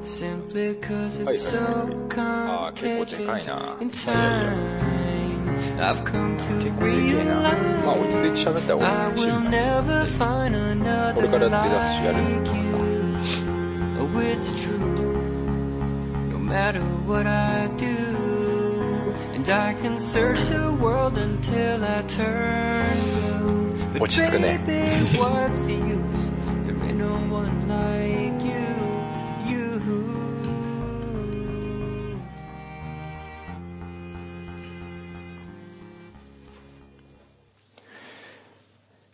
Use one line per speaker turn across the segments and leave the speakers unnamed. Simply cause
Ay,
it's so Ah, complicated
kaynağı.
in time. I've come to
結
ah.
構でけえな
realize
まあ落ち着いて喋った方
I
が静
will
かに
never find
こ
another
れから出だしやるの
like you. Oh, it's true. No matter what I do, and I can search the world until I turn blue. But
落ち着くね。
baby, what's the use? There ain't no one like you, you.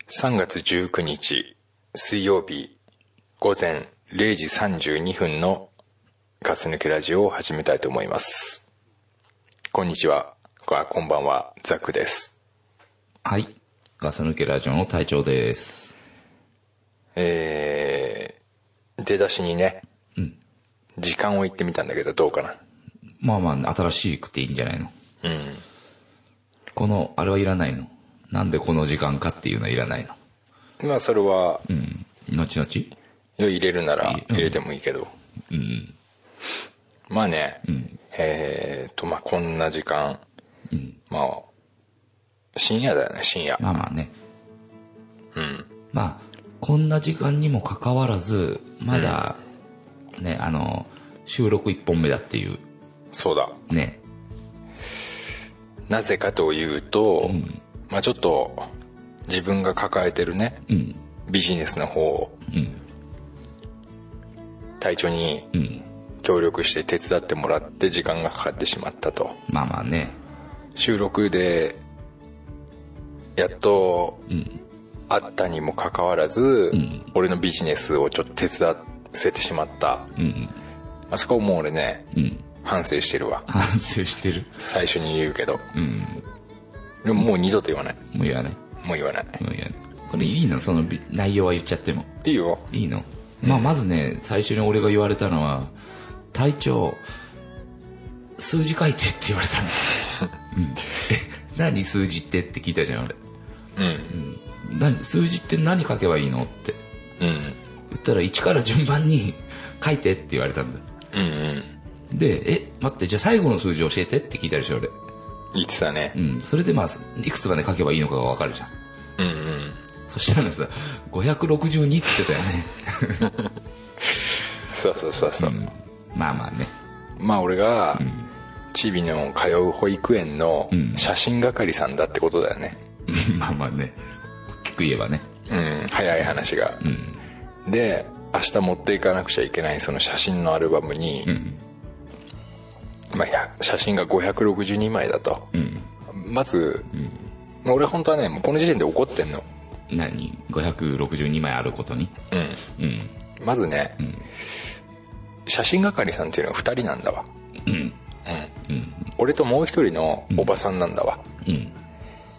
3月19日水曜日午前0時32分のガス抜けラジオを始めたいと思いますこんにちはあこんばんはザクです
はい。ガス抜けラジオの隊長です。
えー、出だしにね、時間を言ってみたんだけどどうかな
まあまあ、新しくていいんじゃないの
うん
この、あれはいらないのなんでこの時間かっていうのはいらないの
まあそれは
うん。後々
入れるなら入れてもいいけど、まあね、えーっとまあこんな時間、まあ深夜だよね深夜
まあまあね。
うん
まあ、こんな時間にもかかわらず、まだ、ね、あの、収録1本目だっていう、
そうだ
ね。
なぜかというと、
ん
まあちょっと自分が抱えてるね
うん。
ビジネスの方を
うん。
体調に
うん。
協力して手伝ってもらって時間がかかってしまったと
まあまあね。
収録でやっと
うん。
あったにもかかわらず、俺のビジネスをちょっと手伝わせてしまった、
うん。
あそこはもう俺ね
うん。
反省してるわ
反省してる。
最初に言うけど
うん。
でももう二度と言わない
もう言わない。
もう言わない
もう言わない。これいいのそのび内容は言っちゃっても。
いいよ
いいの、まあまずね最初に俺が言われたのは「隊長数字書いて」って言われたの、うん、え何数字ってって聞いたじゃん俺
うん
何数字って何書けばいいのって
うん
言ったら1から順番に 書いてって言われたんだ
うんうん
で「え待ってじゃあ最後の数字教えて」って聞いたでしょ俺
言ってたね
うんそれでまあいくつまで書けばいいのかが分かるじゃん
うんうん
そしたらさ562って言ってたよね、
そうそうそうそう、
うん、まあまあね
まあ俺がチビの通う保育園の写真係さんだってことだよね
うんまあまあね大きく言えばね
うん早い話が、で明日持っていかなくちゃいけないその写真のアルバムに、まあ、や写真が562枚だと、まず、まあ俺本当はねもうこの時点で怒ってんの
何562枚あることに
うん
うん
まずね、写真係さんっていうのは2人なんだわ
うん
俺ともう一人のおばさんなんだわ、
うん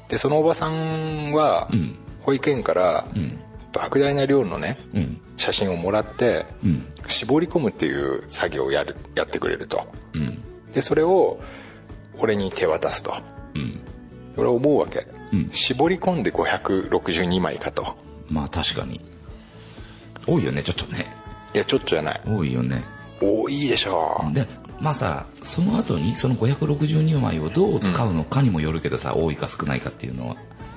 でそのおばさんは
ん
保育園から
ん
莫大な量のね
うん
写真をもらって
うん
絞り込むっていう作業をやるやってくれると
うん
でそれを俺に手渡すと
うん
俺は思うわけ、
うん
絞り込んで562枚かと
まあ確かに多いよねちょっとね
いやちょっとじゃない
多いよね
多いでしょ
でまあさその後にその562枚をどう使うのかにもよるけどさ、多いか少ないかっていうのは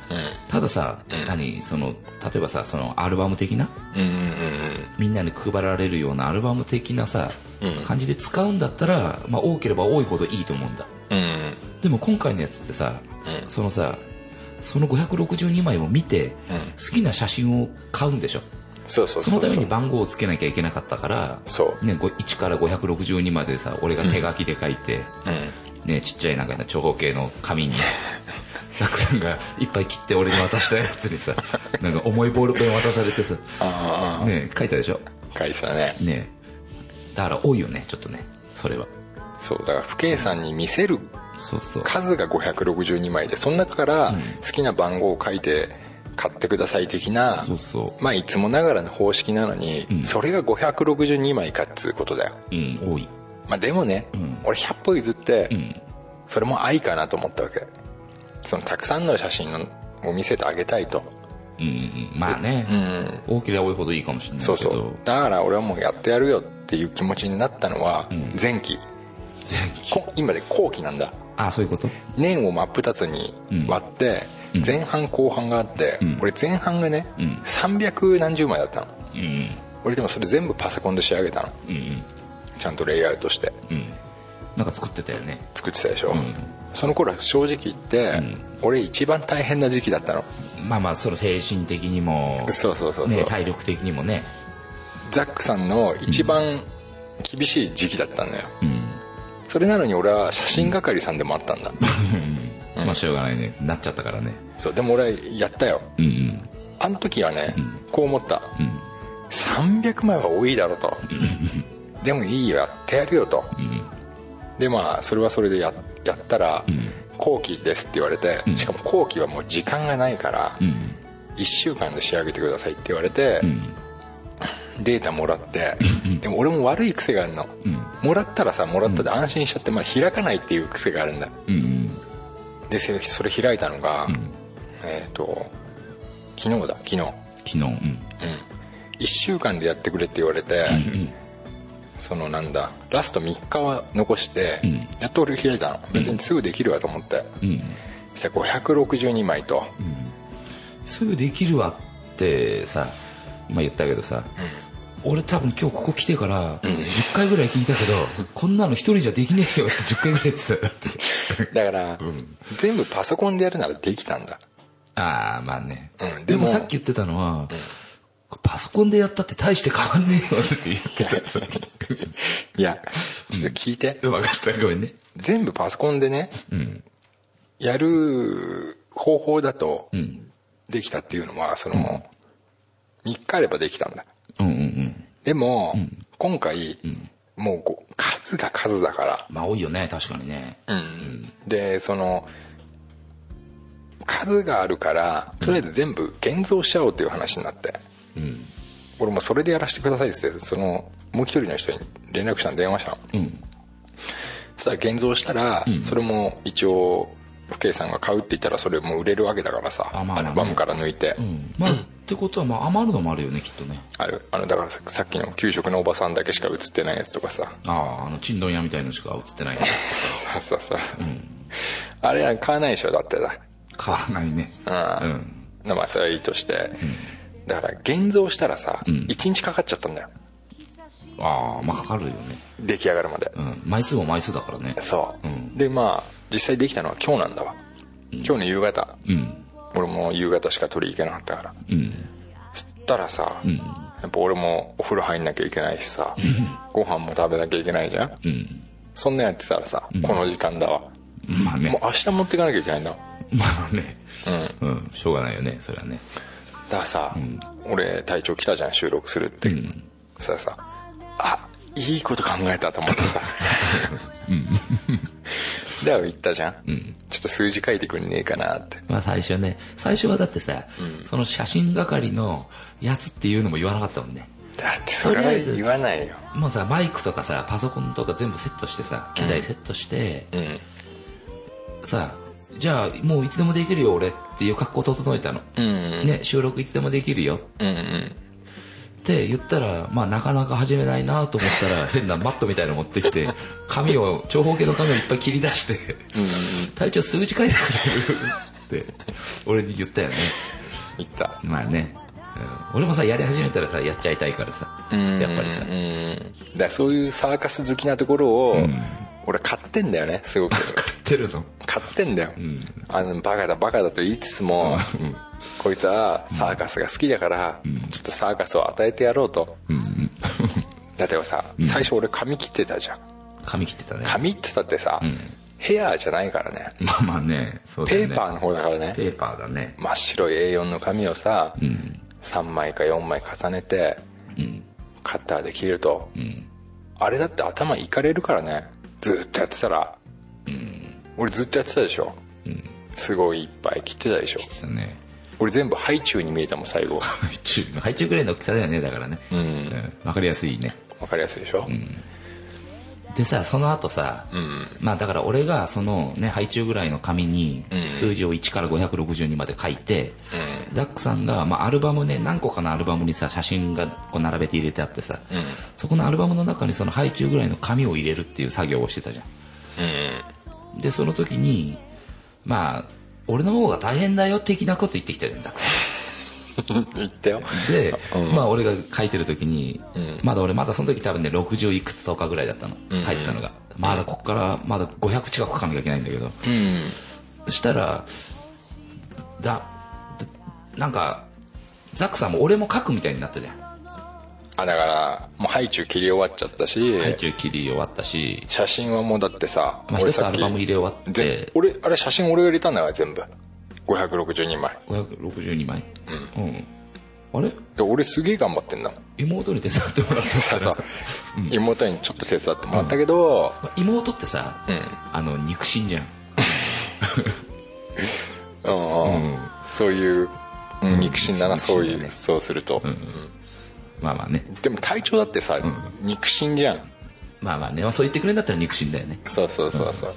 うん
たださ、何その例えばさそのアルバム的な
うんうんうん
みんなに配られるようなアルバム的なさ、感じで使うんだったら、まあ、多ければ多いほどいいと思うんだ
うんうん
でも今回のやつってさ、
うん
そのさその562枚を見て、
うん
好きな写真を買うんでしょ
そうそう
そ
そ
の
うそ
た
う
めに番号をつけなきゃいけなかったから、
そう
ね、ご1から562までさ俺が手書きで書いて、
うん
ね、ちっちゃいなんかね長方形の 紙にザクさんがいっぱい切って俺に渡したやつにさなんか重いボールペン渡されてさ、
あ
ね、書いたでしょ、
あ会社ね
ね、だから多いよねちょっとねそれは
そうだから父兄さんに見せる
そうそう
数が562枚でその中から好きな番号を書いて買ってください的な、
そうそ
まあいつもながらの方式なのに、
ん
それが562枚かっつうことだよ、
ううん多い
まあ、でもね、
ん
俺100歩譲って
うん
それも愛かなと思ったわけそのたくさんの写真を見せてあげたいと
うんうんまあね、
うん
大きれば多いほどいいかもしれないけ
そ
ど
うそうだから俺はもうやってやるよっっていう気持ちになったのは前期、
前期
こ今で後期なんだ
あそういうこと
年を真っ二つに割って、前半後半があって、俺前半がね、
ん
300何十枚だったの
うん
俺でもそれ全部パソコンで仕上げたの
うんうん
ちゃんとレイアウトして
うんなんか作ってたよね
作ってたでしょ、その頃は正直言って、俺一番大変な時期だったの
まあまあその精神的にも
そうそうそうそう、
ね、体力的にもね
ザックさんの一番厳しい時期だったんだよ、
うん
それなのに俺は写真係さんでもあったんだ、
まあしょうがないねなっちゃったからね
そうでも俺はやったよ
うんうん
あの時はね、こう思った、
ん
300枚は多いだろと、でもいいよやってやるよと、でまあそれはそれでややったら、後期ですって言われて、しかも後期はもう時間がないから、
うん
1週間で仕上げてくださいって言われて、
ん
データもらって、でも俺も悪い癖があるの、もらったらさもらったで安心しちゃって、まあ、開かないっていう癖があるんだ
うんうん
でせそれ開いたのが、えっ、と昨日だ昨日うん
昨日うん
1週間でやってくれって言われて、そのなんだラスト3日は残して、
ん
やっと俺開いたの別にすぐできるわと思って、
うん
そして562枚と、
すぐできるわってさ今言ったけどさ、俺多分今日ここ来てから10回ぐらい聞いたけど、 こんなの一人じゃできねえよって10回ぐらい言ってたよだって
だから、全部パソコンでやるならできたんだ
ああまあね、
うん
で
で
も
も
さっき言ってたのは、パソコンでやったって大して変わんねえよって言って たさっ
いやちょっと聞いて、
き分かったごめんね
全部パソコンでね、
ん
やる方法だと
ん
できたっていうのはその、3日あればできたんだ
うんうんうん
でも、今回、もうこう数が数だから、
まあ多いよね確かにね
でその数があるからとりあえず全部現像しちゃおうっていう話になって、俺もそれでやらせてくださいっつってそのもう一人の人に連絡したの電話したの、
ん
そしたら現像したら、それも一応父兄さんが買うって言ったらそれも売れるわけだからさ
あまあまあね
アルバムから抜いて、
うんまあ、ってことはまあ余るのもあるよねきっとね
あるあのだからささっきの給食のおばさんだけしか映ってないやつとかさ
あああのちんどん屋みたいのしか映ってない
そうそうそう、あれは買わないでしょだってさ
買わないね
うん
うん
まあそれはいいとして、だから現像したらさ、1日かかっちゃったんだよ
ああまあかかるよね
出来上がるまで、
うん枚数も枚数だからね
そう、
ん
でまあ実際できたのは今日なんだわ、今日の夕方
うん
俺も夕方しか取り行けなかったから
うん
そしたらさ、
ん
やっぱ俺もお風呂入んなきゃいけないしさ、ご飯も食べなきゃいけないじゃん
うん
そんなんやってたらさ、この時間だわ
まあね
もう明日持ってかなきゃいけないんだわ
まあね
うん
うんしょうがないよねそれはね
だからさ、俺隊長来たじゃん収録するって、そしたらさあいいこと考えたと思ってさ だから言ったじゃん、ちょっと数字書いてくんねえかなって
まあ最初ね最初はだってさ、その写真係のやつっていうのも言わなかったもんね
だってそれは言わないよ
もうさマイクとかさパソコンとか全部セットしてさ機材セットして、
うん
さじゃあもういつでもできるよ俺っていう格好整えたの、
うんうん
ね収録いつでもできるよ
うんうん
って言ったら、まあ、なかなか始めないなと思った ら変なマットみたいなの持ってきて紙を長方形の紙をいっぱい切り出して体調数字書いてくれるって俺に言ったよね
言った
まあね、うん俺もさやり始めたらさやっちゃいたいからさやっぱりさ
うんうんだからそういうサーカス好きなところを、俺買ってんだよねすごく
買ってるの
買ってんだよ、あのバカだバカだと言いつつも、こいつはサーカスが好きだから、ちょっとサーカスを与えてやろうと、 だってさ最初俺髪切ってたじゃん
紙切ってたね
髪って言ったってさ、ヘアじゃないからね
まあまあねそうだよ
ペ
ね
ーパーの方だからね
ペーパーだね
真っ白い A4 の紙をさ、3枚か4枚重ねて、カッターで切ると、あれだって頭いかれるからねずっとやってたら、俺ずっとやってたでしょ、すごいいっぱい切ってたでしょ
そうだね
俺全部ハイチュウに見えたもん 最後
配中配中ぐらいの大きさだよねだからねうんわ、かりやすいね
わかりやすいでしょ、
でさその後さ、
うん
まあだから俺がそのね配中ぐらいの紙に
うん
数字を1から562まで書いて、ザックさんが、まあ、アルバムね何個かのアルバムにさ写真がこう並べて入れてあってさ、
うん
そこのアルバムの中にその配中ぐらいの紙を入れるっていう作業をしてたじゃん
うん
でその時にまあ俺の方が大変だよ的なこと言ってきたじゃんザックさん
言ったよ
で、
うん
まあ俺が書いてる時に、
ん
まだ俺まだその時多分ね60いくつとかぐらいだったの
うん
書いてたのが、まだこっからまだ500近く書かなきゃいけないんだけど
うん
そしたらだなんかザックさんも俺も書くみたいになったじゃん
あだからもうハイチュウ切り終わっちゃったし、
配中切り終わったし、
写真はもうだってさ、
まあ、一つアルバム入れ終わっ
全
て
俺あれ写真俺が入れたんだから全部562枚
562枚うん、あれ
で俺すげえ頑張ってんだもん
妹に手伝ってもらって
さ
さ
さ、妹にちょっと手伝ってもらったけど、
妹ってさ、
うん
あの肉親じゃん
うんうん
うん
そういううん肉親だな
肉親
そ
だ
う
ね
いうそうすると、
まあまあね
でも体調だってさ、肉親じゃん
まあまあね、まあ、そう言ってくれるんだったら肉親だよね
そうそうそうそう、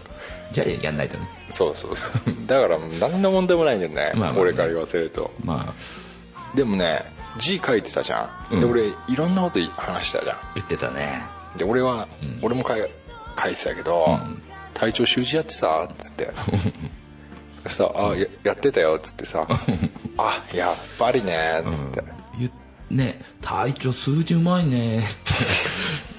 じゃあやんないとね
そうそうそうだから何の問題もないんだよね、
まあまあね
俺から言わせると
まあ
でもね字書いてたじゃん、で
うん
俺いろんなこと話したじゃん
言ってたね
で俺は、俺も書い書いてたけど、
うん
体調習字やってさっつ ってそしたらあややってたよ」っつって さ「あやっぱりね」っつって、
言っね隊長数字うまいね って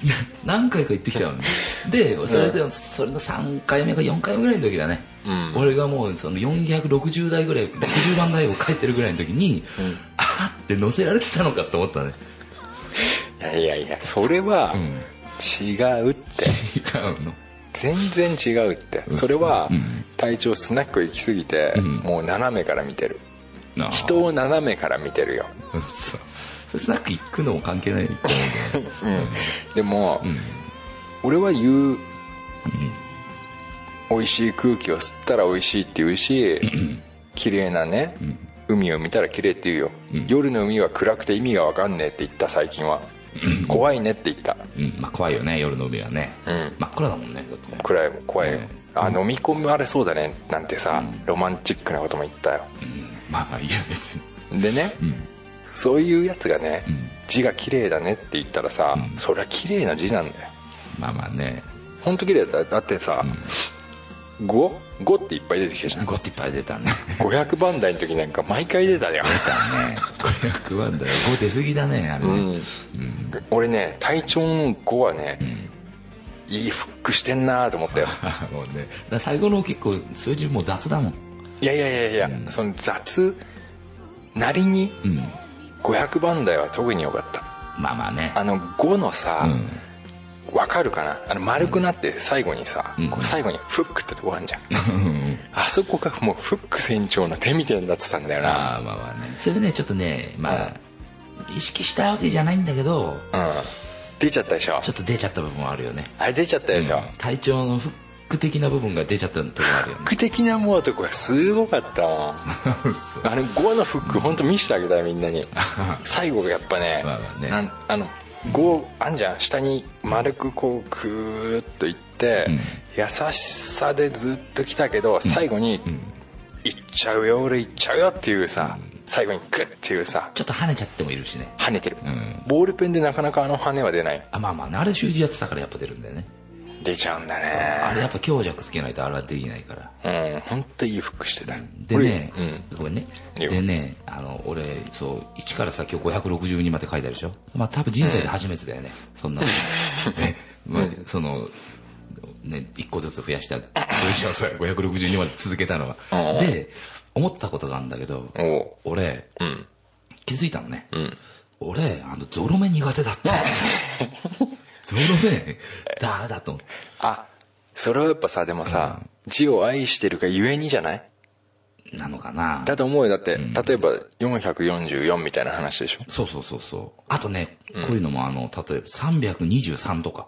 ね何回か言ってきたのねでそれでそれの3回目か4回目ぐらいの時だね、
うん
俺がもうその460台ぐらい60番台を書いてるぐらいの時に、あーって載せられてたのかと思ったね
いやいやいやそれは
うん
違うって、
違 うの
全然違うってそれは
うん
体調スナック行き過ぎて、
ん
もう斜めから見てる
なあ
人を斜めから見てるよ
うんそうそれスナック行くのも関係ないと思うんだよね
でも、俺は言う、美味しい空気を吸ったら美味しいって言うし、綺麗なね、海を見たら綺麗って言うよ、夜の海は暗くて意味が分かんねえって言った最近は、怖いねって言った
うんまあ怖いよね夜の海はね、
うん
真っ暗だもんねだってね
暗いも怖いよ、あ飲み込まれそうだねなんてさ、ロマンチックなことも言ったよ
うんまあまあいいや別に
でね、
ん
そういうやつがね、
ん
字が綺麗だねって言ったらさ、
ん
そりゃ綺麗な字なんだよ
まあまあね
本当綺麗だっただってさ、五五 5? っていっぱい出てきたじゃん
ゴティパイ出たね
500番台の時なんか毎回出たじゃん、
ね500万だよ5出過ぎだねあれ
う
ね、
ん、 俺ね体調の5はね、いいフックしてんなと思ったよ
もうねだから最後の結構数字もう雑だもん
いやいやいやいや、その雑なりに
うん
500番台は特に良かった
まあまあね
あの5のさ、
うん
わかるかなあの丸くなって最後にさ、
うん
こう最後にフックってとこあるじゃんあそこがもうフック船長の手みたいになってたんだよな
ああまあまあねそれでねちょっとねまあ意識したわけじゃないんだけど
うん出ちゃったでしょ
ちょっと出ちゃった部分はあるよね
あれ出ちゃったでしょ、
体調のフック的な部分が出ちゃったところあるよ
フック的なもうとこがすごかったもん あの5のフック本当見せてあげたいみんな に最後がやっぱね
まあまあね
なんあの5あんじゃん下に丸くこうクーッといって、
ん
優しさでずっと来たけど最後に「行っちゃうよ俺行っちゃうよ」っていうさ最後にグッっていうさ
ちょっと跳ねちゃってもいるしね
跳ねてる、
ん
ボールペンでなかなかあの跳ねは出ない
あまあまあねあれ習字やってたからやっぱ出るんだよね
出ちゃうんだ
あれ
ね
やっぱ強弱つけないとあれはできないから
うん本当いいフックしてた
でね
俺うん、
ごめんね。
いいよ
でね、あの、俺、そう、1から先を562まで書いてあるでしょまあ多分人生で初めてだよね。そんなの。ねまあその、ね、1個ずつ増やした数字をさ、562まで続けたのは。で、思ったことがあるんだけど
おう、
俺、
うん
気づいたのね。
うん
俺、あの、ゾロ目苦手だったの ゾロ目、ダメだと思って。
あそれはやっぱさでもさ、字を愛してるがゆえにじゃない
なのかな
だと思うよだって、例えば444みたいな話でしょ
そうそうそうそう。あとね、こういうのもあの、例えば323とか、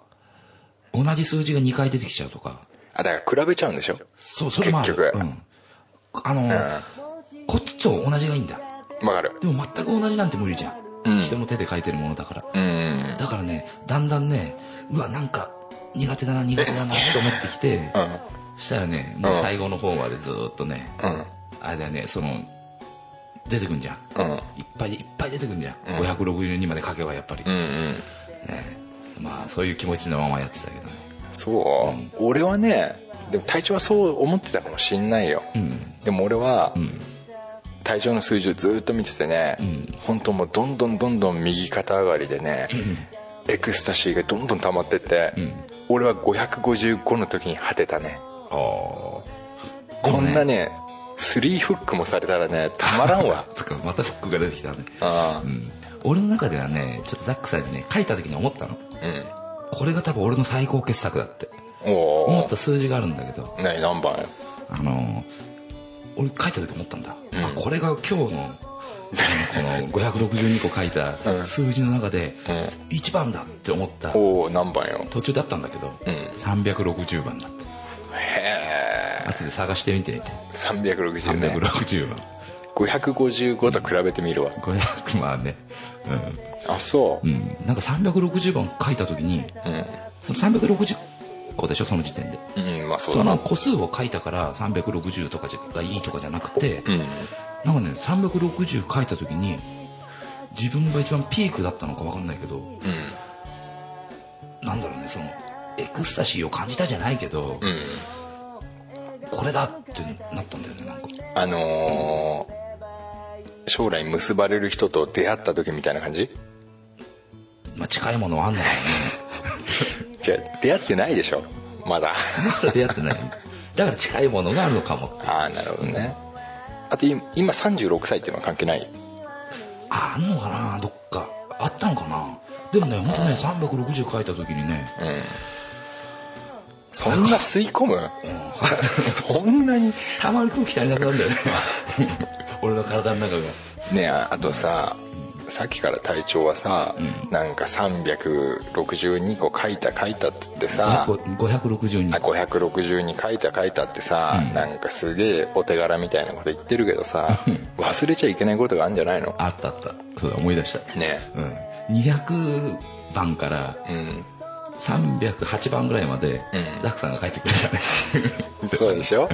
同じ数字が2回出てきちゃうとか、
あだから比べちゃうんでしょ
そう、それもある。
結局
うん。あの、こっちと同じがいいんだ。
わかる
でも全く同じなんて無理じゃん。
うん
人の手で書いてるものだから。
うん
だからね、だんだんね、うわ、なんか、苦手だな苦手だなと思ってきて
うん
したらねもう最後の方までずーっとね
うん
あれだよねその出てくんじゃん
うん
いっぱいいっぱい出てくんじゃん、562まで書けばやっぱり、
うんう
ね
ん
まあそういう気持ちのままやってたけどね
そう、俺はねでも体調はそう思ってたかもしんないよ、
うん
でも俺は
ん
体調の数字をずっと見ててね、
ん
本当もうどんどんどんどん右肩上がりでね、エクスタシーがどんどん溜まってって、俺は555の時に果てたね
ああ
こんなねスリーフックもされたらねたまらんわ
つかまたフックが出てきたね、
あ
うん、俺の中ではねちょっとザックさんにね書いた時に思ったの
あ
これが多分俺の最高傑作だって
うんお
思
お
った数字があるんだけど
何何番よ
あのー俺書いた時思ったんだ、
ん
あこれが今日のあのこの562個書いた数字の中で一番だって思った
おお何番よ
途中だったんだけど、
ん
360番だって
へえ
後で探してみて
360ね
360番、
555と比べてみるわ
500まあ ね
あそ
うん、うん、なんか360番書いた時に
ううん
その360個でしょその時点で
うんまあそう
そ
だ
の
な
個数を書いたから360とかじゃがいいとかじゃなくて、
うん
なんかね360書いた時に自分が一番ピークだったのか分かんないけど、なんだろうねそのエクスタシーを感じたじゃないけど、
うん
これだってなったんだよねなんか
あのー将来結ばれる人と出会った時みたいな感じ
まあ、近いものはあんだろ
じゃあ出会ってないでしょまだ
うねまだ出会ってないだから近いものがあるのかも
ああなるほどねあと今今36歳っていうのは関係ない
ああんのかなどっかあったのかなでもね本当ね360書いた時にね、
うんそんな吸い込む
うん
そんなに
たまに空気足りなくなるんだよね 俺の体の中が
ねえああとささっきから体調はさ、なんか362個書いた書いたっつってさ、
562
あ562書いた書いたってさ、なんかすげえお手柄みたいなこと言ってるけどさ忘れちゃいけないことがあるんじゃないの
あったあったそうだ思い出した
ね
うん200番から
えうん
308番ぐらいまで、
うん
ザックさんが書いてくれたね
そうでしょ、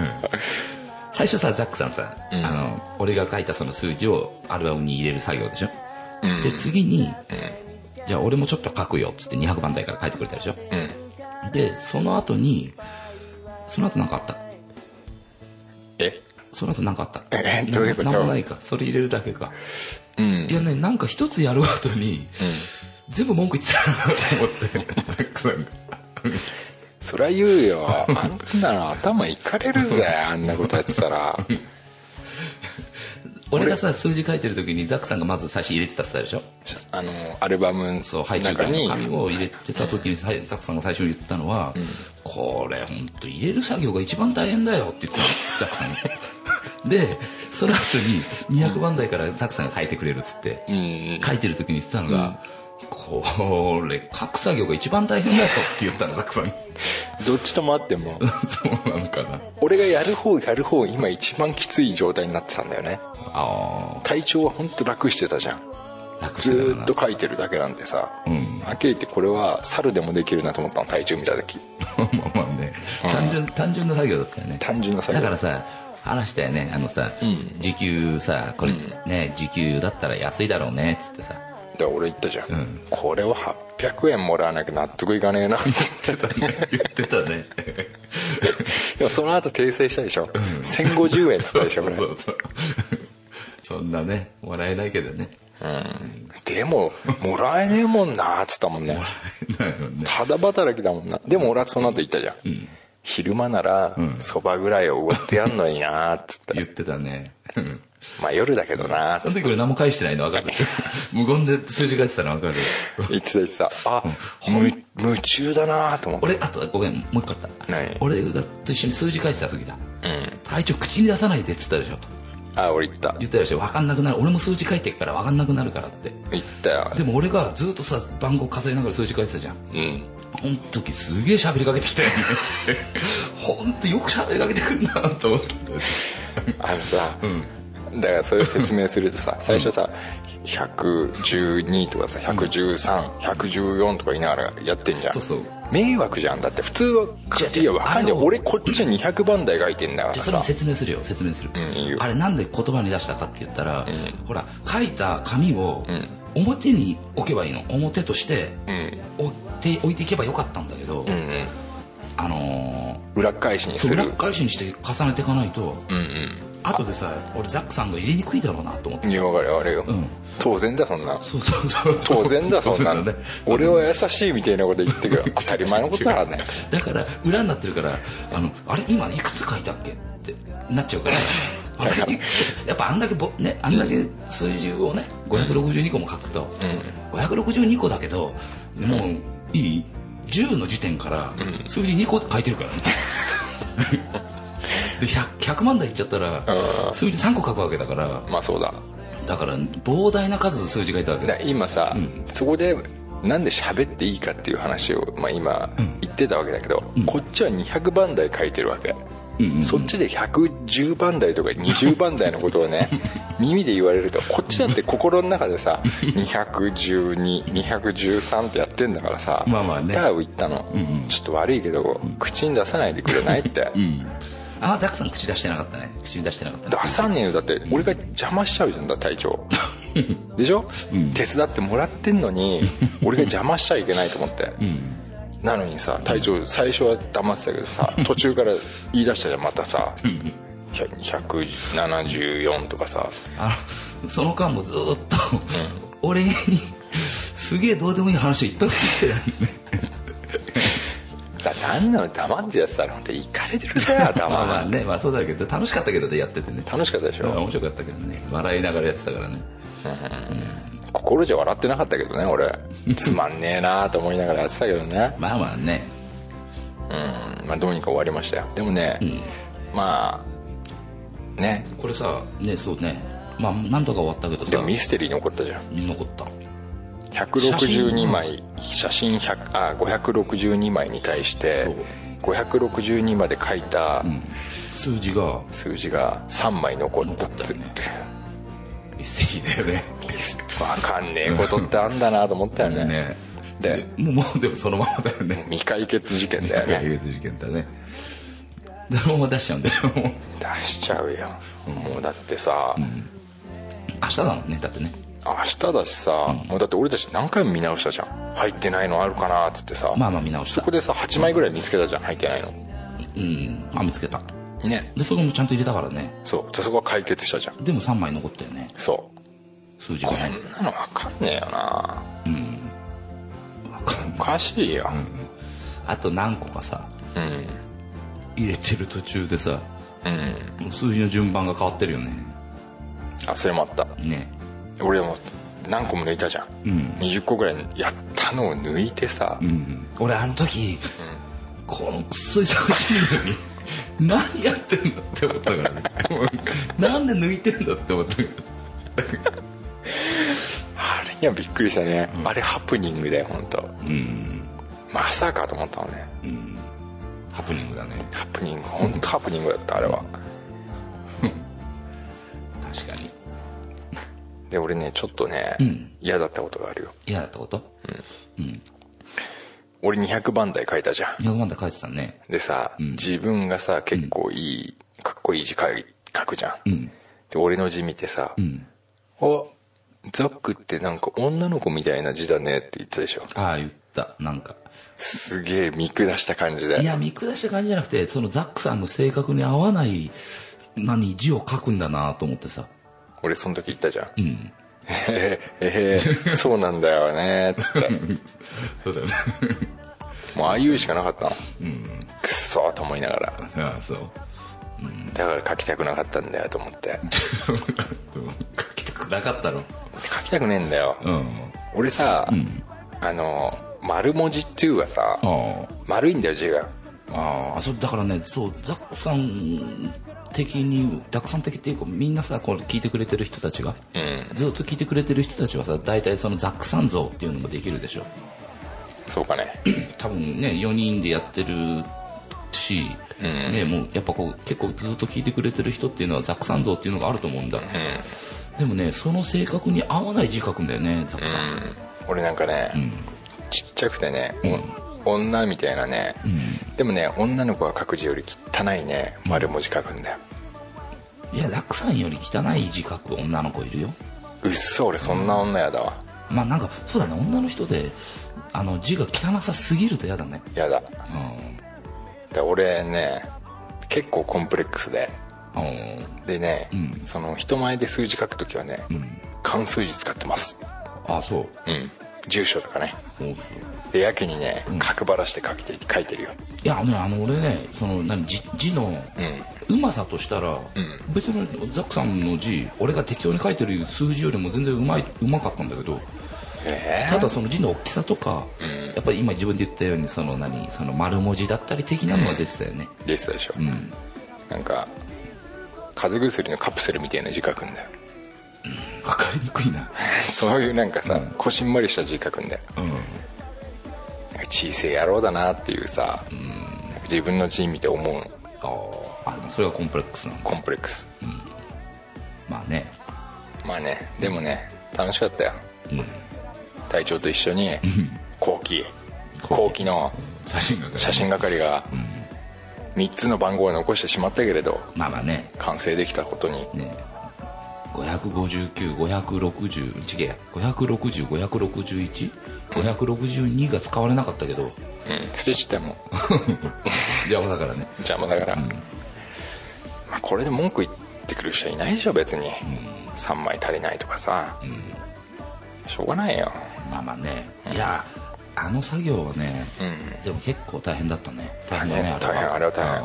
最初さザックさんさ、
うん
あの俺が書いたその数字をアルバムに入れる作業でしょ、
うん
で次に、じゃあ俺もちょっと書くよっつって200番台から書いてくれたでしょ
うん
でその後にその後なんかあった
え
その後なんかあった
えどういうこと
ななんもないかそれ入れるだけか
うん
いやねなんか一つやるごとに、全部文句言ってたなと思ってザックさんが
そりゃ言う よあんなの頭いかれるぜあんなことやってたら
俺がさ数字書いてる時にザックさんがまず最初入れてたって言ったでし
あのアルバムの
ょそう配置
中
会の
に
紙を入れてた時にさザックさんが最初に言ったのは、これ本当入れる作業が一番大変だよって言ってたザッ クさんがでその後に200番台からザックさんが書いてくれるっつって
う、ん
書いてる時に言ってたのが、これ書く作業が一番大変だよって言ったのザックさん
どっちともあっても
そうなのかな
俺がやる方やる方今一番きつい状態になってたんだよね
あ
体調は本当楽してたじゃん
あ楽
ず
してたか
ー
な
っと書いてるだけなんでさ、
うん
はっきり言ってこれは猿でもできるなと思ったの体調見た時
まあまあね単純単純な作業だったよね
単純な作業
だからさ話したよねあのさ、
ん
時給さこれね時給だったら安いだろうねっつっ て
だ
さ
から俺言ったじゃん、
ん
これは800円もらわなきゃ納得いかねえな
言ってたね言ってたね
でもその後訂正したでしょ、1050円っつったでしょこ
そう
れ
そうそうそんなねもらえないけどね
でももらえねえもんなっつったもんね
なるほどね
ただ働きだもんなでも俺はその後言ったじゃん、昼間ならそばぐらいを奢ってやんのになっつったら
言ってたねうん
まあ夜だけどなっつっ
その
て
時俺何も返してないの分かる無言で数字書いてたの分かる
言ってた言ってたあむ夢中だなと思って
俺あとごめんもう一個あった
何
俺がと一緒に数字書いてた時だ
うん
体調口に出さないでっつったでしょ
あ俺言った
言ったでしょ分かんなくなる俺も数字書いてるから分かんなくなるからって
言ったよ
でも俺がずっとさ番号数えながら数字書いてたじゃん
うん
ほんと時すげえ喋りかけてきたよねほんとよく喋りかけてくんなと思って
あのさ、だからそれを説明するとさ最初さ112とかさ113114とか言いながらやってんじゃん
そうそう
迷惑じゃんだって普通は
違う違う
いやわかんない
あの
俺こっち200番台書いてんだか
じゃ
らさ
あそれも説明するよ説明する、
うんいいよ
あれなんで言葉に出したかって言ったら、
ん
ほら書いた紙を
ん
表に置けばいいの表として
うん
置いて置いていけばよかったんだけど、
うんうん
あの
裏返しに
ー、
す
そう
る
裏返しにして重ねていかないと
うん
後でさ俺ザックさんが入れにくいだろうなと思っ
う
て
んい
さ
やわかるよあれよ、
うん
当然だそんな
そうそうそう
当然 だそんな
う
の
だね
俺は優しいみたいなこと言って くる当たり前のことだからね
だから裏になってるからあのあれ今いくつ書いたっけってなっちゃう からあれやっぱあんだけぼ、ね、あんだけ数字をね562個も書くと、562個だけどもういい10の時点から数字2個書いてるから ね、で 100, 100万台いっちゃったら数字3個書くわけだから
まあそうだ
だから膨大な数数字書いたわけ
だ
だ
から今さ、そこでなんで喋っていいかっていう話を、まあ、今言ってたわけだけど、こっちは200番台書いてるわけ、そっちで110番台とか20番台のことを ね耳で言われるとこっちだって心の中でさ212213ってやってんだからさ
まあまあね
だから言ったの、ちょっと悪いけど口に出さないでくれないって、
ああザックさん口出してなかったね口に出してなかったね
出さねえよだって俺が邪魔しちゃうじゃんだ隊 長でしょ、手伝ってもらってんのに俺が邪魔しちゃいけないと思 って、なのにさ隊長最初は黙ってたけどさ途中から言い出したじゃんまたさ174とかさ
あのその間もずーっと、俺にすげえどうでもいい話をいっぱい振ってきてる
だ何なの黙ってやってたら本当にいかれてるじゃん
ま あ
頭
まあ
が
ねまあそうだけど楽しかったけどねやっててね
楽しかったでし
うん
ょ
面白かったけどね笑いながらやってたからね
心じゃ笑ってなかったけどね俺つまんねえなと思いながらやってたけどね
まあまあね
うんまあどうにか終わりましたよでもね、まあね
これさねそうねまあ何とか終わったけど
で
さ
もミステリー残ったじゃん
残った
162枚写真100あ562枚に対して
そう
562まで書いた
数字が
数字が3枚残ったって
残ったよねミステリーだよね
分かんねえことってあんだなと思ったよね
ね
で
もうもうでもそのままだよね
未解決事件だよね
解決事件だねそのまま出しちゃうんだ よもう
出しちゃうよもうだってさ、
明日だもんねだってね
明日だしさ、もうだって俺たち何回も見直したじゃん入ってないのあるかなっつってさ
まあまあ見直し
そ
た
こでさ8枚ぐらい見つけたじゃん入ってないの
うんあ見つけた
ね
でそれもちゃんと入れたからね
そうでそこは解決したじゃん
でも3枚残ったよね
そう
数字が
こん
ね
なの分かんねえよな
わかん
おかしいよ
あと何個かさ
うん
入れてる途中でさ
うん、
数字の順番が変わってるよね
あそれもあった
ね
俺も何個も抜いたじゃん、20個ぐらいやったのを抜いてさ、
うん俺あの時、このくっそ忙しいのに何やってんだって思ったからね なんで抜いてんだって思ったけど
あれにはびっくりしたね、あれハプニングだよ本当。
うん
まさかと思ったのね、
ハプニングだね
ハプニング本当ハプニングだったあれは、
確かに
で俺ねちょっとね、
ん
嫌だったことがあるよ
嫌だったこと
俺200番台書いたじゃん
200万で書いてたね
でさ、自分がさ結構いい、かっこいい字書い書くじゃん、で俺の字見てさ「あザックってなんか女の子みたいな字だね」って言ってたでしょ
ああ言ったなんか
すげえ見下した感じ
い
で
や、見下した感じじゃなくて、そのザックさんの性格に合わない、何、字を書くんだなと思ってさ。
俺その時言ったじゃん「
ん
えへへえへそうなんだよね」って言って
そうだよね。
もうああいうしかなかったの、くっそーと思いながら
ああ、そう。
だから書きたくなかったんだよと思って
書きたくなかったろ。
書きたくねえんだよ
うん。
俺さ、あの丸文字っていうかさ
あ
丸いんだよ字が
あ。ああ、そう、だからね、そう、ザックさん的に、ザックさん的っていうか、みんなさ、これ聞いてくれてる人たちが、
うん
ずっと聞いてくれてる人たちはさ、大体そのザックさん像っていうのもできるでしょ。
そうかね
多分ね4人でやってるし、ね、もうやっぱこう結構ずっと聞いてくれてる人っていうのはザックさん像っていうのがあると思うんだ、でもねその性格に合わない字書くんだよねザックさん、
俺なんかね、ちっちゃくてね、お女みたいなね、でもね女の子が書く字より汚いね丸文字書くんだよ
いやザックさんより汚い字書く女の子いるよ
うっそ俺そんな女やだわ
まあなんかそうだね女の人であの字が汚さすぎると嫌だね
やだ
う
で俺ね結構コンプレックスで
んうん
でね、
ん
その人前で数字書くときはね、
うん
漢数字使ってます
あそう
うん住所とかね
そうそう
でやけにね角張らして書いて書いてるよ
いやねあの俺ねその何字字の
うん
うまさとしたら、
ん
別にザックさんの字俺が適当に書いてる数字よりも全然うまいうまかったんだけど
ええ
ただその字の大きさとか、やっぱり今自分で言ったようにその何その丸文字だったり的なのが出てたよね
でしたでしょ、
うん、
なんか風邪薬のカプセルみたいな字書くんだよ
分かりにくいな
そういうなんかさ、
うん
こしんまりした字書くんだよ
うん
なんか小せえ野郎だなっていうさ、なんか自分の字見て思う
あーあのそれがコンプレックスなの
コンプレックス
まあね
まあねでもね楽しかったよ
うん
隊長と一緒に後期
後
後期の
写真が
写真係が3つの番号を残してしまったけれど
まあまあね
完成できたことに
ね5595601げや56056156162が使われなかったけど
うん捨てちったよもう
邪魔だからね
邪魔だから、まあ、これで文句言ってくる人いないでしょ別に、3枚足りないとかさ、しょうがないよ
まあまあねいやあの作業はね、
うん
でも結構大変だったね大変だね
大変あれは大
変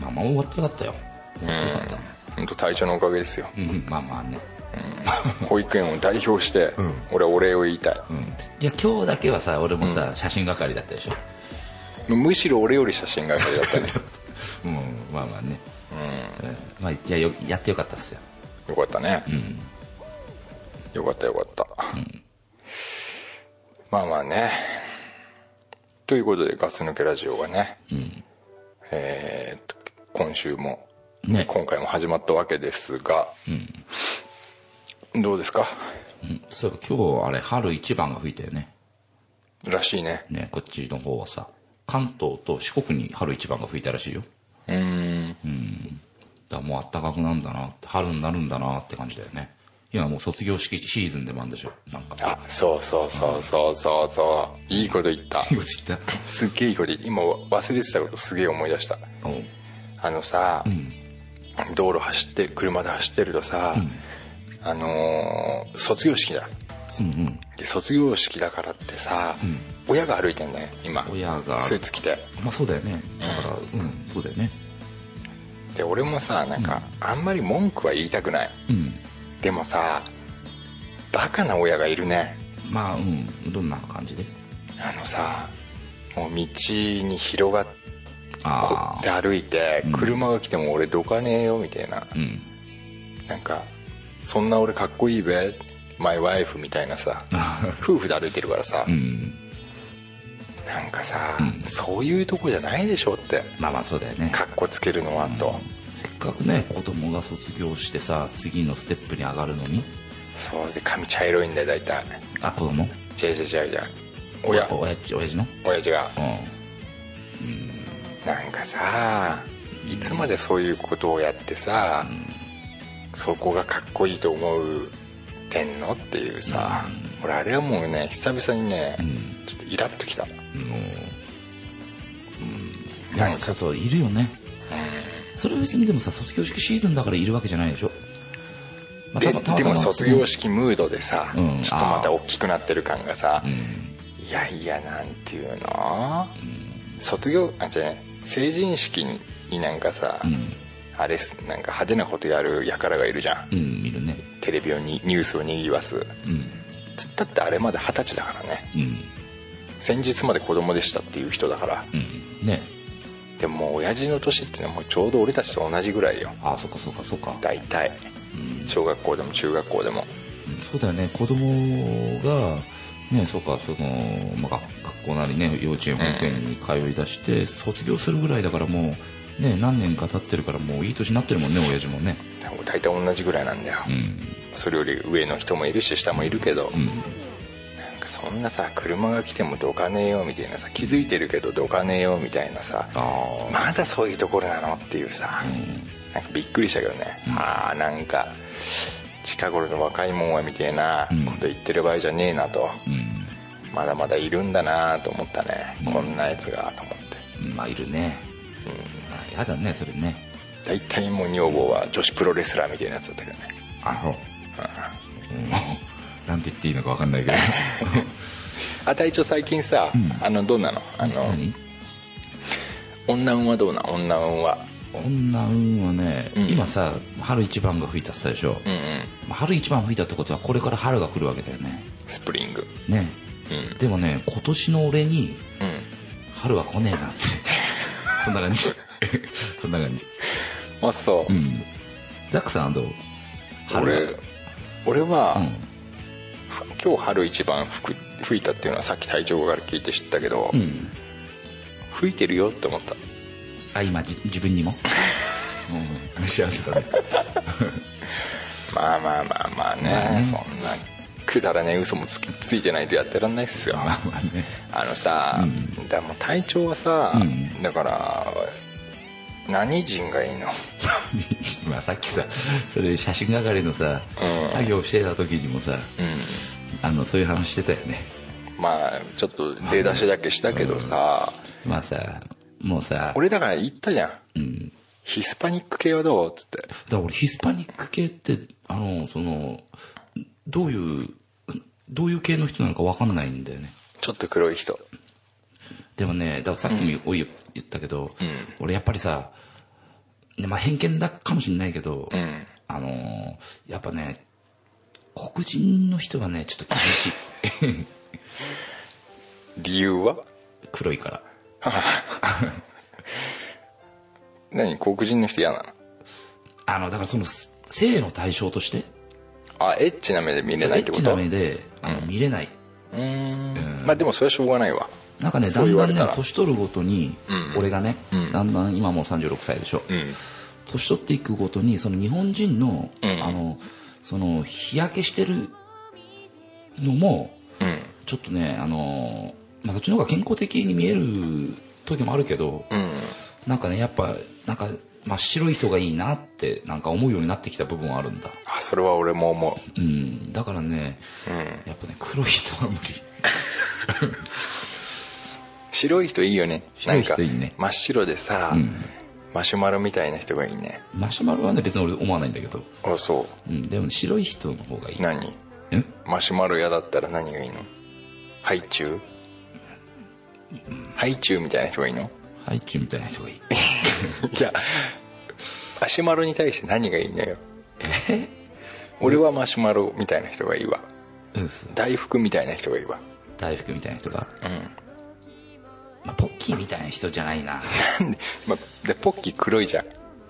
まあまあ終わってよかったよ終わってよかった、
本当隊長のおかげですよ
うんまあまあね、
保育園を代表して俺はお礼を言いたい、
うん、いや今日だけはさ俺もさ、写真係だったでしょ
むしろ俺より写真係だったね
うんまあまあね、うんまあ、いやよやってよかったっすよ
よかったね、よかったよかった、まあまあねということでガス抜けラジオがね、えーっと今週も
ね
今回も始まったわけですが、どうですか
そういえば今日あれ春一番が吹いたよね
らしいね
ねこっちの方はさ関東と四国に春一番が吹いたらしいよ
うーん
だからもう暖かくなんだなって春になるんだなって感じだよね今もう卒業式シーズンでもあるんでしょなんか
あそうそうそうそうそうそういいこと言 った
いいこと言った
すっげえいいこと言った今忘れてたことすげえ思い出した
おう
あのさ、道路走って車で走ってるとさ、あのー卒業式だ
うんうん
で卒業式だからってさ、親が歩いてんだよ今
親が
スーツ着て
まあそうだよねだからうん、そうだよね
で俺もさなんか、あんまり文句は言いたくない
うん
でもさバカな親がいるね
まあうんどんな感じで
あのさもう道に広がって
ああ
歩いて
ん
車が来ても俺どかねえよみたいな、
うん
なんかそんな俺かっこいいべマイワイフみたいな さ夫婦で歩いてるからさ、
うん
なんかさ、
うん
そういうとこじゃないでしょって
まあまあそうだよね
かっこつけるのはと、
せっかくね子供が卒業してさ次のステップに上がるのに
そうで髪茶色いんだよ大体
あ子供
じゃじゃじゃじゃ親
親父親父の
親父が
う
なんかさいつまでそういうことをやってさ、そこがかっこいいと思うてんのっていうさ、俺あれはもうね久々にね、
ん
ちょっとイラッときた
んもう
な
うん
んか
なんかそういるよねそれは別にでもさ卒業式シーズンだからいるわけじゃないでしょ、まあ
で
たまたま
でも
たま
卒業式ムードでさ、
うん
ちょっとまた大きくなってる感がさ、
うん
いやいやなんていうの、卒業あじゃあね成人式になんかさ、
うん
あれっすなんか派手なことやる輩がいるじゃん
うんいるね
テレビをにニュースをにぎわす
うん
つったってあれまで二十歳だからね
うん
先日まで子供でしたっていう人だから
うんね
でももう親父の年っていうのはもうちょうど俺たちと同じぐらいよ
ああそっかそっかそっか、
大体
うん
小学校でも中学校でも
そうだよね子供がねそうかその、まあ、学校なりね幼稚園保育園に通い出して、卒業するぐらいだからもうね何年か経ってるからもういい年になってるもんね親父もね
大体同じぐらいなんだよ、
うん
それより上の人もいるし下もいるけど、
うん
なんかそんなさ車が来てもどかねえよみたいなさ気づいてるけどどかねえよみたいなさ
ああ
まだそういうところなのっていうさ、なんかびっくりしたけどね、ああなんか近頃の若いもんはみたいなこと言ってる場合じゃねえなと、
う
まだまだいるんだなと思ったね、
うん
こんなやつがと思って
んまあいるね、あやだねそれね
大体もう女房は女子プロレスラーみたいなやつだったけどね
あほうん なんて言っていいのか分かんないけど
あ隊長最近さ、あのどうなのあの
何
女運はどうな女運は
女運はね、
うん
今さ春一番が吹いたって言ったでしょ、
うんうん
まあ春一番吹いたってことはこれから春が来るわけだよね
スプリング
ね
うん
でもね今年の俺に
うん
春は来ねえなって そんな感じ そんな感じ
あそう、
うんザックさんはどう
俺
は
俺は、
うん
は今日春一番吹く吹いたっていうのはさっき隊長から聞いて知ったけど、
うん
吹いてるよって思った
あ今じ自分 にもうん幸せだね
まあまあまあまあね、
まあね
そんなくだらねえ嘘もつきついてないとやってらんないっすよ
まあまあね
あのさ、だもう隊長はさ、
うん
だから何人がいいの
まあさっきさそれ写真係のさ、
うん
作業してた時にもさ
うん
あのそういう話してたよね
まあちょっと出だしだけしたけどさ、
まあさもうさ
俺だから言ったじゃん
うん、だか
ヒスパニック系はどうっつって
ら俺ヒスパニック系ってあのそのどういうどういう系の人なのか分かんないんだよね
ちょっと黒い人
でもねだからさっきもおい言ったけど、俺やっぱりさ、ねまあ、偏見だかもしれないけど、
うん
あのーやっぱね黒人の人はねちょっと厳しい
理由は
黒いから
何黒人の人嫌なの
あのだからその性の対象として
あエッチな目で見れないってこ
エッ
と
チな目であの、見れないう
ーんまあでもそれはしょうがないわ
なんかね
そ
だ
うん言わ
だ
れ
ん
たら
ね年取るごとに、俺がね、
うん
だんだん今もう36歳でしょ、
うん
年取っていくごとにその日本人の,、
うん
あのその日焼けしてるのも
うん
ちょっとねあの、まあ、そっちの方が健康的に見える時もあるけど、
うん
なんかねやっぱなんか真っ白い人がいいなってなんか思うようになってきた部分はあるんだ
あそれは俺も思
うんだからね
う、うん、
やっぱね黒い人は無理
白い人いいよね
白い人いいね
なんか真っ白でさ、マシュマロみたいな人がいいね
マシュマロはね別に俺思わないんだけど、
あそ
うん、でもね白い人の方がいいう
何
え
マシュマロ嫌だったら何がいいのハイチュウハイチュウみたいな人がいいの
ハイチュウみたいな人がいい
いやマシュマロに対して何がいいのよ俺はマシュマロみたいな人がいいわ
うんす
大福みたいな人がいいわ
大福みたいな人が、
うん
まあ、ポッキーみたいな人じゃないな
なんで、まあ、でポッキー黒いじゃん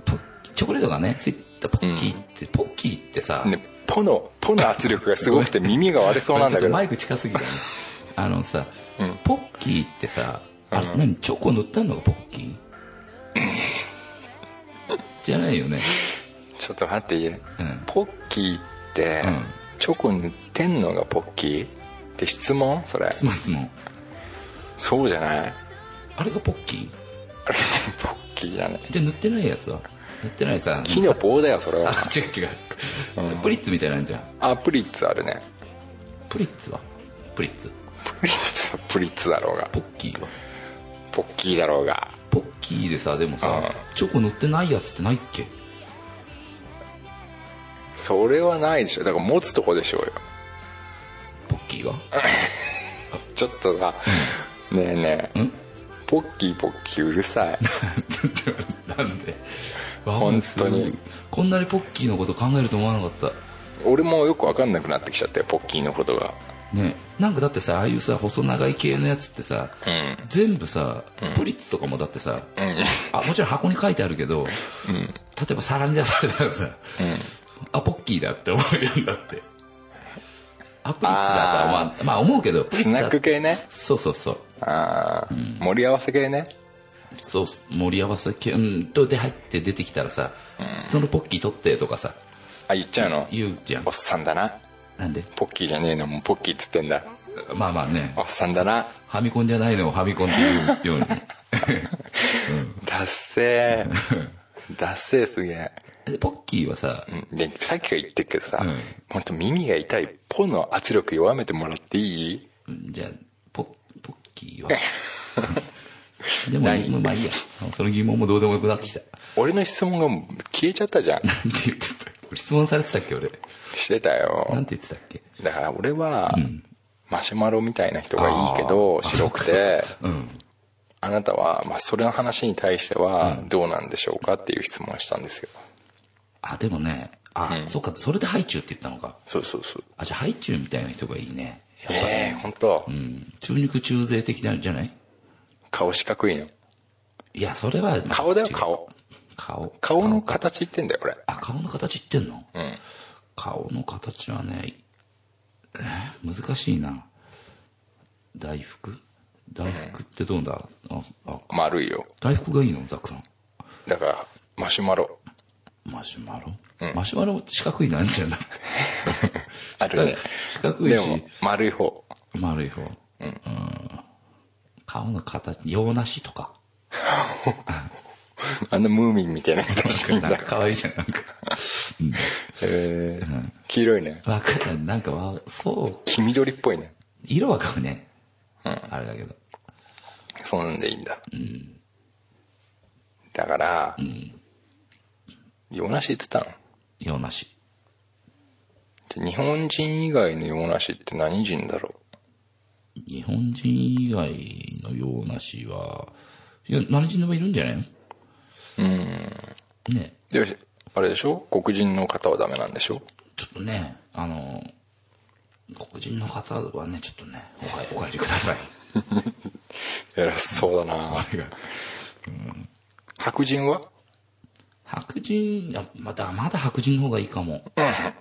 ポッキーチョコレートがねついたポッキーって、ポッキーってさ、
ね、ポの、ポの圧力がすごくて耳が割れそうなんだけ
ちょ っと
ど。
マイク近す ぎたねあのさ、
うん
ポッキーってさあれ何、チョコ塗ってんのがポッキー じゃないよね
ちょっと待っていい、
うん
ポッキーって、
うん
チョコ塗ってんのがポッキーって質問それ。
質問質問
そうじゃない
あれがポッキー
あれ、ポッキーだね。
じゃあ塗ってないやつは塗ってないさ
木の棒だよ
さ
それは
さ違う違う、プリッツみたいなんじゃん
あ、プリッツあるね。
プリッツはプリッツ
プリッツはプリッツだろうが、
ポッキーは
ポッキーだろうが。
ポッキーでさでも
うん
さチョコ塗ってないやつってないっけ
それはないでしょ。だから持つとこでしょうよ。
ポッキーは
ちょっとさ、ねえねえ
ん、
ポッキーポッキーうるさい。
なんで
本当に
わあすごいこんなにポッキーのこと考えると思わなかっ
俺もよくわかんなくなってきちゃったよ、ポッキーのことが。
たねなんかだってさああいうさ細長い系のやつってさ、
うん
全部さプリッツとかもだってさ、
うん。
あもちろん箱に書いてあるけど、例えば皿に出されたらさ、あポッキーだって思うようになってアプリッツだとは、まあ、まあ思うけど、
スナック
系
系ね
そうそうそう。
ああ、盛り合わせ系ね
そうっす、盛り合わせ系、うん、とで入って出てきたらさ、そのポッキー取ってとかさ、
あ言っちゃうの
言うじゃん
おっ。さんだな
なんで
ポッキーじゃねえのもうポッキーっつってんだ
まあまあね
お、っさんだな
ファミコンじゃないのをファミコンっていうように。
達成 達成すげえ
でポッキーはさ、
うんでさっきから言ってるけどさ、
う
ほ
ん
ん、本当耳が痛いポの圧力弱めてもらっていい
うんじゃあ、ポッ、ポッキーは。 でも、
ない
もうまあいいや。その疑問もどうでもよくなってきた。
俺の質問がもう消えちゃったじゃ ん
なんて言ってた俺質問されてたっけ、俺。
してた
なん
よ
て言ってたっけ。
だから俺は、マシュマロみたいな人がいいけど
あー
白くて
うん。
あなたは、まあ、それの話に対してはどうなんでしょうかっていう質問をしたんですよ
あ、でもね、あ、そっか、それでハイチュウって言ったのか。
そうそうそう
あ、じゃあハイチュウみたいな人がいいね。やっぱ
ええ本当、
うん。中肉中背的なんじゃない
顔四角いの
いや、それは、まあ
顔だよ
違う
顔
顔。
顔の形言ってんだよ俺
あ、顔の形言ってんの
うん
顔の形はね、えー難しいな。大福大福ってどうだ、あ、あ、
丸いよ
大福がいいのザックさん。
だからマシュマロ
マシュマロ、マシュマロ四角いなんじゃなくて。
あるね
四角い
でも
し、
丸い方
丸い方。うん。顔の形、洋梨とか。
あのムーミンみたいな形してん
なん
だ
か。可愛いじゃん。なんか、
へー黄色いね。
わかんない。なんかわ、そう。
黄緑っぽいね。
色は買うね。あれだけど。
そんなんでいいんだ。だから、洋梨って言ったの
洋梨。
じゃ日本人以外の洋梨って何人だろ
日本人以外のようなしは、いや、何人でもいるんじゃないのうん。ね
うで、あれでしょ黒人の方はダメなんでしょ
ちょっとね、あの、黒人の方はね、ちょっとね、おかお帰りください。
偉そうだな白人は
白人、いやまだ、まだ白人の方がいいかも。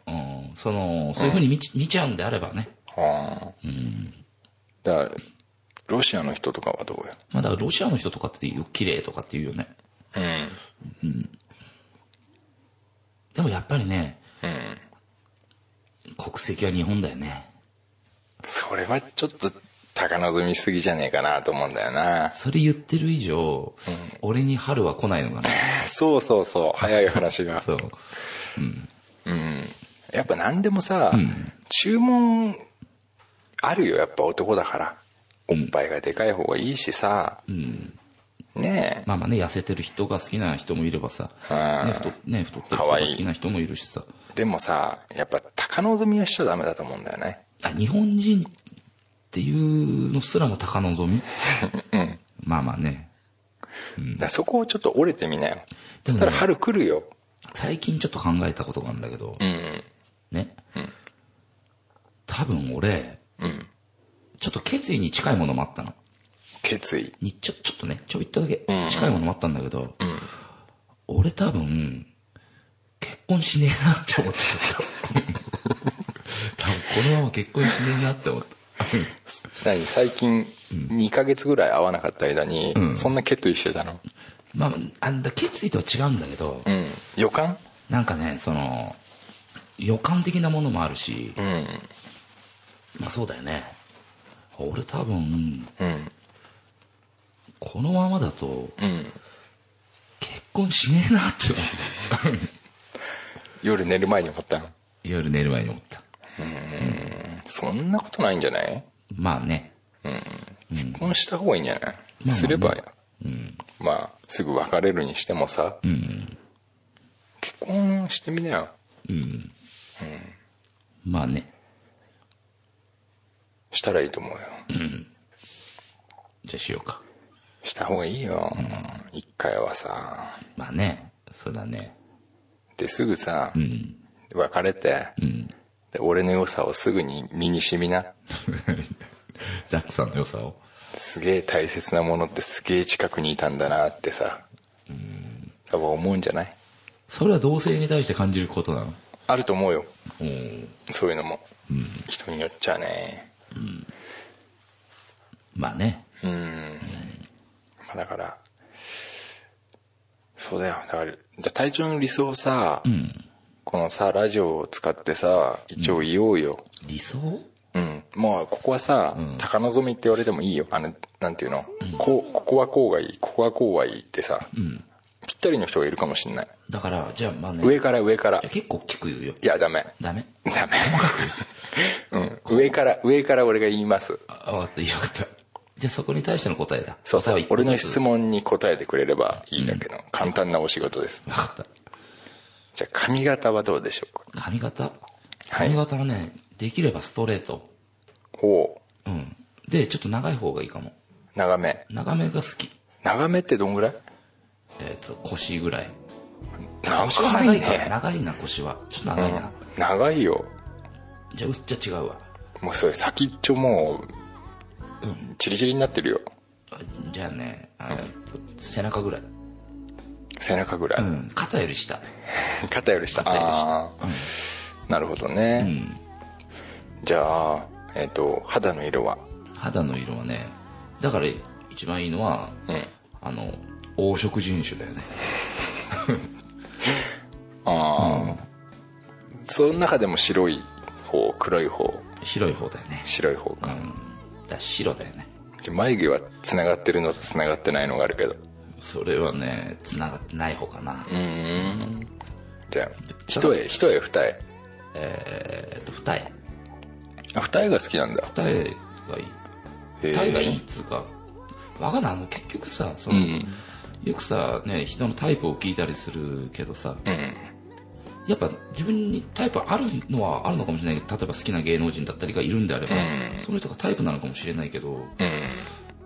うん。その、そういうふうに見ち,、見ちゃうんであればね。
あーだから、ロシアの人とかはどうよ
まだロシアの人とかって言う、綺麗とかって言うよね。
うん。
でもやっぱりね、国籍は日本だよね。
それはちょっと高望みしすぎじゃねえかなと思うんだよな。
それ言ってる以上、俺に春は来ないのかな。
そうそうそう、早い話 が。
そう。
やっぱ何でもさ、注文あるよ、やっぱ男だから。おっぱいがでかい方がいいしさ、ね
まあまあね、痩せてる人が好きな人もいればさ、
うん
ね太ね太ってる人
可
が
愛い
好きな人もいるしさ。
え。でもさ、やっぱ高望みはしちゃダメだと思うんだよね。
あ、日本人っていうのすらも高望みまあまあね。
だからそこをちょっと折れてみなよ。
で
そし
もね
たら春来るよ。
最近ちょっと考えたことがあるんだけど、
うん。
ね。多分俺、
うん。
ちょっと決意に近いものもあったの。
決意。
にちょ、ちょっとね、ちょびっとだけ近いものもあったんだけど、
ん
俺多分、結婚しねえなって思って た。多分このまま結婚しねえなって思った。
何最近、2ヶ月ぐらい会わなかった間に、
うん
そんな決意してたの
まあ、あんだ決意とは違うんだけど、
うん。予感
なんかね、その、予感的なものもあるし、
うん。
まあそうだよね。俺多分、
うん。
このままだと
うん。
結婚しねえなって思った。
夜寝る前に思ったの
夜寝る前に思った。
そんなことないんじゃない
まあね、
結婚した方がいいんじゃない、
まあ
すれば、まあすぐ別れるにしてもさ、結婚してみなよ
まあね。
したらいいと思うよ、
じゃあしようか。
した方がいいよ、一回はさ
まあね、そうだね。
ですぐさ、別れて、で俺の良さをすぐに身にしみな
ザックさんの良さを。
すげえ大切なものってすげえ近くにいたんだなってさ、多分思うんじゃない
それは同性に対して感じることなの
あると思うよ
うん
そういうのも、人によっちゃね
まあね
うん、まあ、だからそうだよだからじゃあ体調の理想をさ、
うん
このさラジオを使ってさ一応言おうよ
理想
うん、もうここはさ、高望みって言われてもいいよあのなんていうの、こうここはこうがいいここはこうがいいってさ、ぴったりの人がいるかもしんない
だからじゃあまあね
上から上から
いや結構聞くよ
いやダメ
ダメ
ダ メうん上から上から俺が言います
あ分かったいいよかったじゃあそこに対しての答えだ
そう
答えは一個
俺の
ずつ
質問に答えてくれればいいだけの、簡単なお仕事です
分かった
じゃあ髪型はどうでしょうか
髪型
はい
髪型はねできればストレート
ほう
うんでちょっと長い方がいいかも
長め
長めが好き
長めってどんぐらい
えっと腰ぐらい腰は
長
長
い
いから
ね
長いな腰はちょっと長いな
うん長いよ
じゃあうっじゃあ違うわ
もうそれ先っちょもうチリチリになってるよ
あじゃあねあえっと背中ぐらい
背中ぐら
う
い、
ん肩より下
肩より下
肩より下
あーなるほどね、じゃあえっ、と肌の色は
肌の色はねだから一番いいのは、
ん
あの黄色人種だよね
ああ、その中でも白い方黒い方
白い方だよね
白い方
う
か、
んだから白だよね
眉毛はつながってるのとつながってないのがあるけど
それはね繋がってない方かな、
うーんじゃあ一重一重二重
えーっと二重
あ二重が好きなんだ
二重がいい
へー
二重がいいっつうかわかんないあの結局さその、よくさね人のタイプを聞いたりするけどさ、やっぱ自分にタイプあるのはあるのかもしれないけど例えば好きな芸能人だったりがいるんであれば、その人がタイプなのかもしれないけど、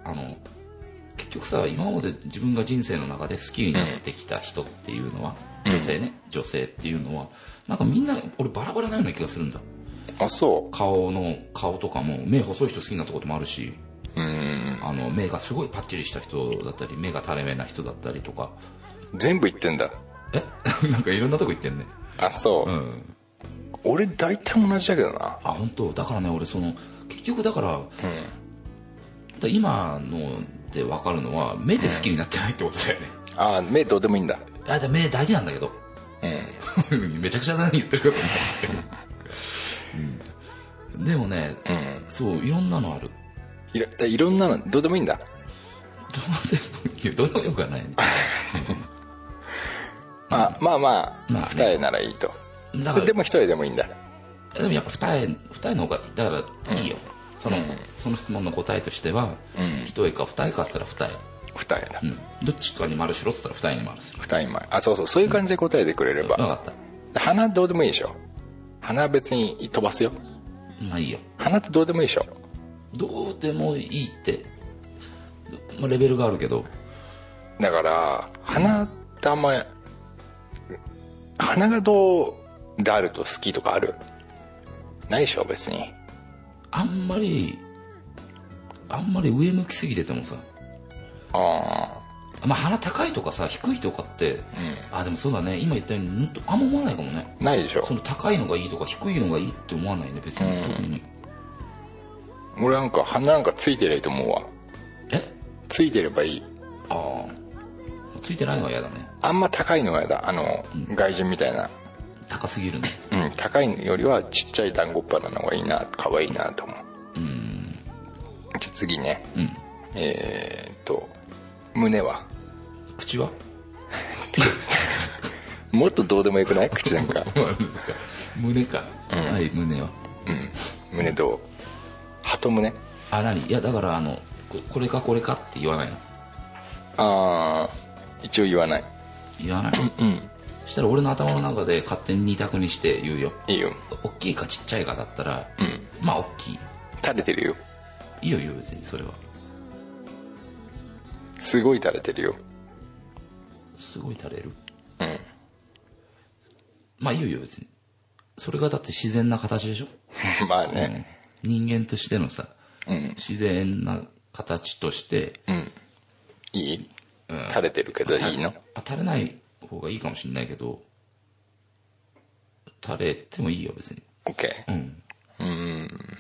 あの結局さ今まで自分が人生の中で好きになってきた人っていうのは、女性ね女性っていうのはなんかみんな俺バラバラなような気がするんだ
あそ
顔の顔とかも目細い人好きなとこともあるしあの目がすごいパッチリした人だったり目が垂れ目な人だったりとか
う全部言ってんだ
え なんかいろんなとこ行ってんね
あそう、
うん
俺大体同じだけどな
あ本当だからね俺その結局だから,、だ今ので分かるのは目で好きになってないってことだよね、
ああ目どうでもいいんだ
あだ目大事なんだけど
うん
めちゃくちゃ何言ってるかと思って、うん、でもね、
ん
そういろんなのある
いろいろんなのどうでもいいんだ
どうでもいいどうでもよくはない
まあまあま
ま
あ
あね
二重ならいいと、
だから
でも一重でもいいんだ
でもやっぱ二重二重の方がだからいいよ、そのその質問の答えとしては、一重か二重かっつったら二重、
二重だ、
うん、どっちかに丸しろっつったら二重に丸する
二重前あそうそうそういう感じで答えてくれれば、
分かった
鼻どうでもいいでしょ鼻は別に飛ばすよ
まあいいよ
鼻ってどうでもいいでしょ
どうでもいいって、まあ、レベルがあるけど
だから鼻ってあんま鼻がどうであると好きとかあるないでしょ別に
あんまりあんまり上向きすぎててもさ
あ
まあ鼻高いとかさ低いとかって、あでもそうだね今言ったようにほんとあんま思わないかもね
あないでしょ
その高いのがいいとか低いのがいいって思わないね別に、特に
俺なんか鼻なんかついてりゃいいと思うわ
え
ついてればいい
ああついてないのは嫌だね
あんま高いのがやだあの、外人みたいな
高すぎるね
うん高いのよりはちっちゃい団子っ鼻の方がいいな可愛いなと思うじゃあ次ね、えーっと胸は
口は
もっとどうでもよくない口なんか
まあそっか胸か、はい胸は
胸どう鳩胸
あ何いやだからあのここれかこれかって言わないの
ああ一応言わない
言わないうんしたら俺の頭の中で勝手に二択にして言うよ
いいよ
大きいかちっちゃいかだったら、まあ大きい
垂れてるよ
いいよいいよ別にそれは
すごい垂れてるよ
すごい垂れる
うん
まあいいよいいよ別にそれがだって自然な形でしょ、
まあね
人間としてのさ、自然な形として、
いい垂れてるけどいいの
当たれない方がいいかもしれないけど垂れてもいいよ別に
OK
うん
うん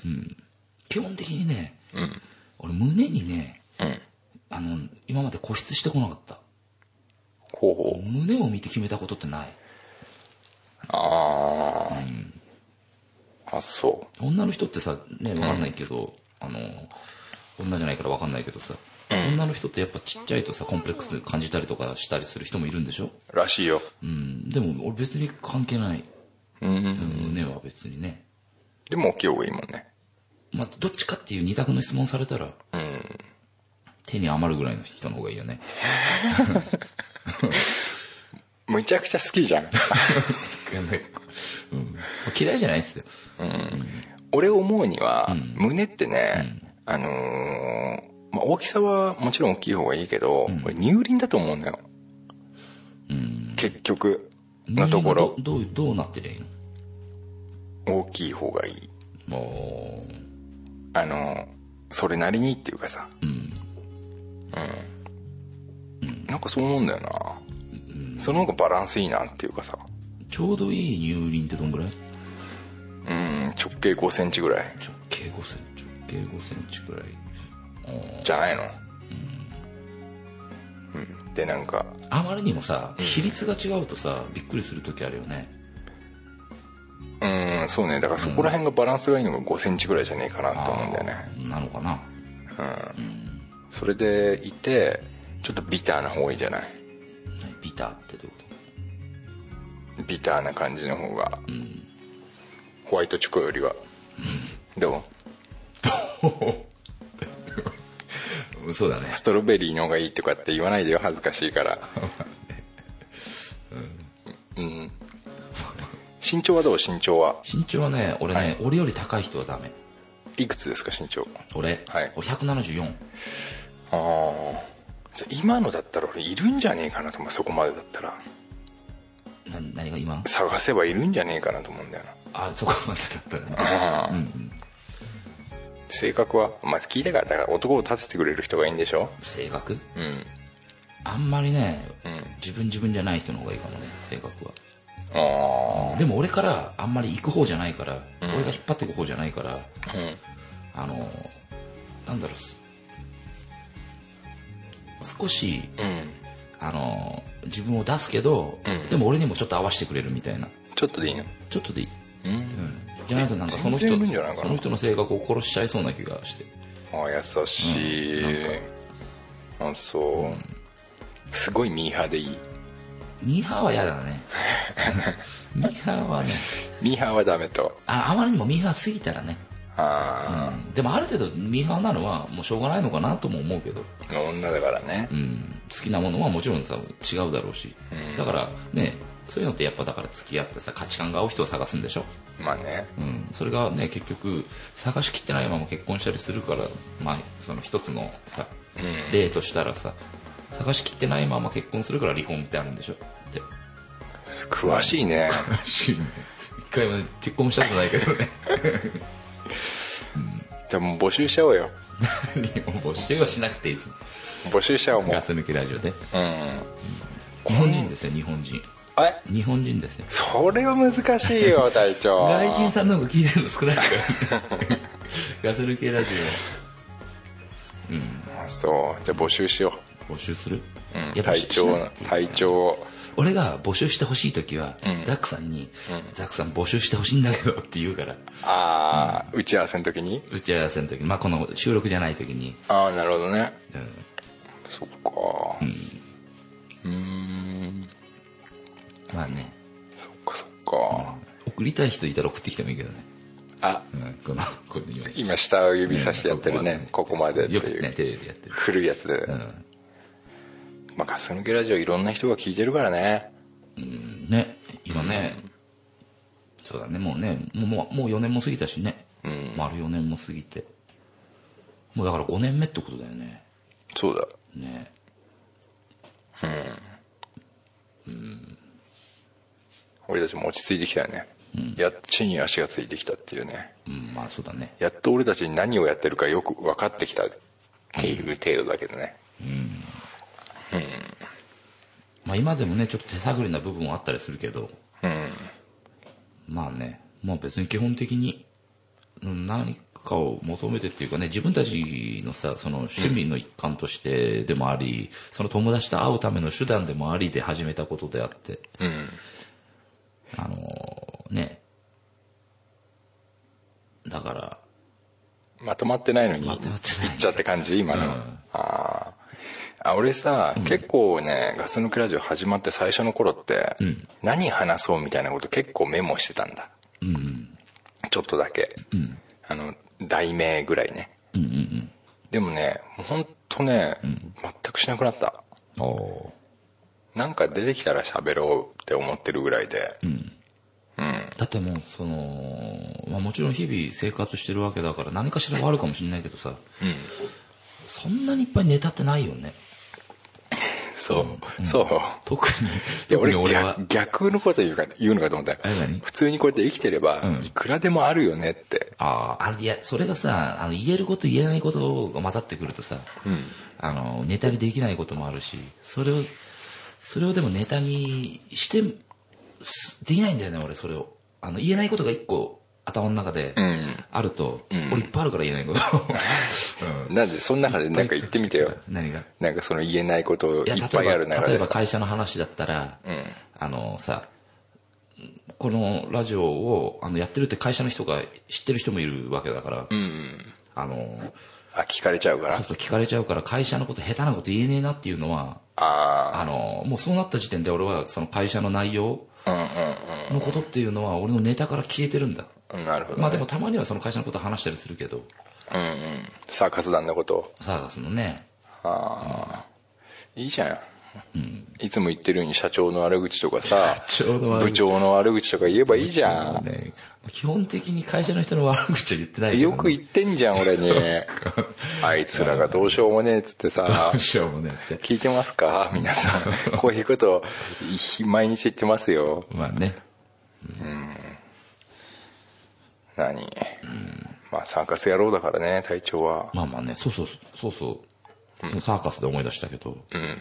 うん
基本的にね
うん
俺胸にね
うん
あの今まで固執してこなかった
ほうほう
胸を見て決めたことってない
ああ、あそ
女の人ってさね分かんないけど、あの女じゃないから分かんないけどさ、女の人ってやっぱちっちゃいとさコンプレックス感じたりとかしたりする人もいるんでしょ
うらしいよ
うんでも俺別に関係ない、
うん
胸は別にね
でも大きい方がいいもんね
まあどっちかっていう二択の質問されたら
うん
手に余るぐらいの人の方がいいよね
むちゃくちゃ好きじゃん
うん、嫌いじゃないですよ
俺思うには、胸ってね、あのーまあ、大きさはもちろん大きい方がいいけど、俺乳輪だと思うのよ、結局のところ
人間がどどうどうなってりゃいい
大きい方がいい
のもう
あのそれなりにっていうかさうん、なんかそう思うんだよな、その方がバランスいいなっていうかさ
ちょうどいい乳輪ってどんぐらい
うん直径5センチぐらい
直径5センチ直径5センチくらい
じゃないのうん、でなんか
あまりにもさ比率が違うとさびっくりする時あるよね
うんそうねだからそこら辺がバランスがいいのが5センチぐらいじゃねえかなと思うんだよね、
なのかな
それでいてちょっとビターな方がいいじゃない
ビターってどういうこ
ビターな感じの方が、ホワイトチョコよりは、どう
とうんそうだね
ストロベリーの方がいいとかって言わないでよ恥ずかしいから うん、身長はどう身長は
身長はね俺ね、俺より高い人はダメ
いくつですか身長
俺、
はい
俺174
ああ今のだったら俺いるんじゃねえかなと思うそこまでだったら
な何が今
探せばいるんじゃねえかなと思うんだよな
あそこまでだったらね
ああ性格は、まあ、聞いたからだから男を立ててくれる人がいいんでしょ
性格
うん
あんまりね、
うん
自分自分じゃない人の方がいいかもね性格は
あ
でも俺からあんまり行く方じゃないから、
うん
俺が引っ張っていく方じゃないから
あうん
あのなんだろうす少し
うん
あの自分を出すけど、
うん
でも俺にもちょっと合わせてくれるみたいな
ちょっとでいいの
ちょっとでいい、
うん
じゃないとなんかその
全然
人
いいんじゃないかな
その人の性格を殺しちゃいそうな気がして
あ優しい、あそうすごいミーハーでいい
ミーハーは嫌だ ねミーハーはね
ミーハーはダメと
ああまりにもミーハー過ぎたらね、
あ
うんでもある程度ミーハーなのはもうしょうがないのかなとも思うけど
あ、女だからね
うん、好きなものはもちろんさ違うだろうし、だからねそういうのってやっぱだから付き合ってさ価値観が合う人を探すんでしょ、
まあね
うん、それがね結局探しきってないまま結婚したりするから、まあ、その一つのさ
うん
例としたらさ探しきってないまま結婚するから離婚ってあるんでしょって
詳しい ね
一回も結婚したことないけどね
でも募集しちゃおうよ
何を募集はしなくていいです
募集しちゃおうもう
ガス抜きラジオで
うん
日本人ですよ日本人
あれ
日本人ですよ
それは難しいよ隊長
外人さんの方が聞いてるの少ないからねガスル系ラジ
あそうじゃあ募集しよ
オ募集する、
う、うん、
やっぱ
隊
し
長
しなくていい
隊長
俺が募集してほしい時は、
うん
ザックさんに、ザックさん募集してほしいんだけどって言うから
ああ、打ち合わせの時に
打ち合わせの時に、まあ、この収録じゃない時に、
ああなるほどね
うん
そっかうんん
まあね
そっかそっか、
送りたい人いたら送ってきてもいいけどね、
あ
うん、このこれ今
今下を指さしてやってるね
ね
ここまでって
よくね
いう
テレビでやってる、
古いやつで、
うん
まあガス抜けラジオいろんな人が聞いてるからね
ね今ね、そうだねもうねもうもう4年も過ぎたしね、
うん
丸4年も過ぎてもうだから5年目ってことだよね
そうだ
ね
俺たちも落ち着いてきたよね、やっちに足がついてきたっていうね
うんまあそうだね
やっと俺たちに何をやってるかよく分かってきたっていう程度だけどね
まあ今でもねちょっと手探りな部分はあったりするけど
うん
まあね、まあ別に基本的に、うん何かを求めてっていうかね、自分たちのさ、その趣味の一環としてでもあり、その友達と会うための手段でもありで始めたことであって、
うん
あのーね、だから、
まとまってないのに
ま
行っ
とまってない
ちゃって感じ今の、
うん
あーあ俺さ、結構ねガス抜きラジオ始まって最初の頃って、何話そうみたいなこと結構メモしてたんだ
うん、
ちょっとだけ、
ん
あの題名ぐらいね
うん、うん、うん。
でもねもうほんとね、全くしなくなった
あー
なんか出てきたら喋ろうって思ってるぐらいで
だってもう、その、まあもちろん日々生活してるわけだから何かしらはあるかもしれないけどさ、
うん
そんなにいっぱいネタってないよね。
そう、そう
特に、
いや
特
俺
に俺は。
逆逆のこと言うか言うのかと思ったよ
え何
普通にこうやって生きてれば、
うん
いくらでもあるよねって
ああ、あれ、いや、それがさ、あの、言えること言えないことが混ざってくるとさ、
うん
あの、ネタにできないこともあるし、それを、それをでもネタにして、すできないんだよね、俺、それを。あの、言えないことが一個、頭の中で
ん、
あると、俺いっぱいあるから言えないこと。 うん
なんでその中でなんか言ってみてよ
何が
なんかその言えないこと
い
い
や
っぱいある中
例え
で
ば会社の話だったら、
ん
あのさこのラジオをあのやってるって会社の人が知ってる人もいるわけだから、
うん
あの
あ聞かれちゃうから
そうそう聞かれちゃうから会社のこと下手なこと言えねえなっていうのは
あ
あのもうそうなった時点で俺はその会社の内容
あうん
のことっていうのは俺のネタから消えてるんだ、
うんうんなるほど、ね
まあでもたまにはその会社のこと話したりするけど
うんうんサーカス団のことを
サーガスのね
ああ、いいじゃん、いつも言ってるように社長の悪口とかさ
ちょうど悪
部
口
長の悪口とか言えばいいじゃん
ね基本的に会社の人の悪口は言ってないけど
よ
ね
く言ってんじゃん 俺にあいつらがどうしようもねえっつってさ
どうしようもねえって
聞いてます か皆さんこういうことひ毎日言ってますよ
まあね
何、まあサーカス野郎だからね隊長は
まあまあね、そうそう、そうそう、サーカスで思い出したけど、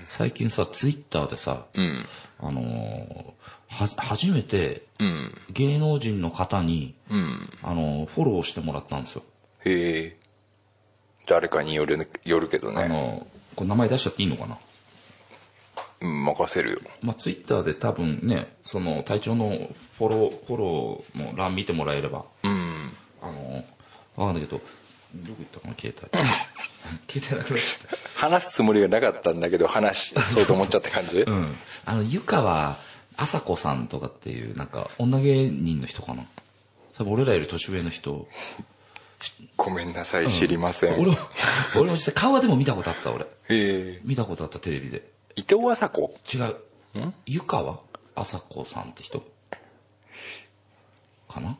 最近さ、ツイッターでさ、
うん
あのーは、初めて
うん
芸能人の方に、
うん
あのーフォローしてもらったんですよ。
へえ誰かによるよるけど
あ
ね、
のーこれ名前出しちゃっていいのかな
うん、任せるよ
まあ、ツイッターで多分ね、その、隊長のフォロー、フォローの欄見てもらえれば、
うん
あのーわかんないけど、どこ行ったかな、携帯。 携帯なくなっちゃった。
話すつもりがなかったんだけど話しそうと思っちゃった感 じ
うん。あの、ゆかは、あさこさんとかっていう、なんか、女芸人の人かな。多分俺らより年上の人。
ごめんなさい知りません、
俺も、 俺も実際顔はでも見たことあった、俺。
ええ
見たことあった、テレビで。
伊藤麻子
違う。ゆかはあさこさんって人かな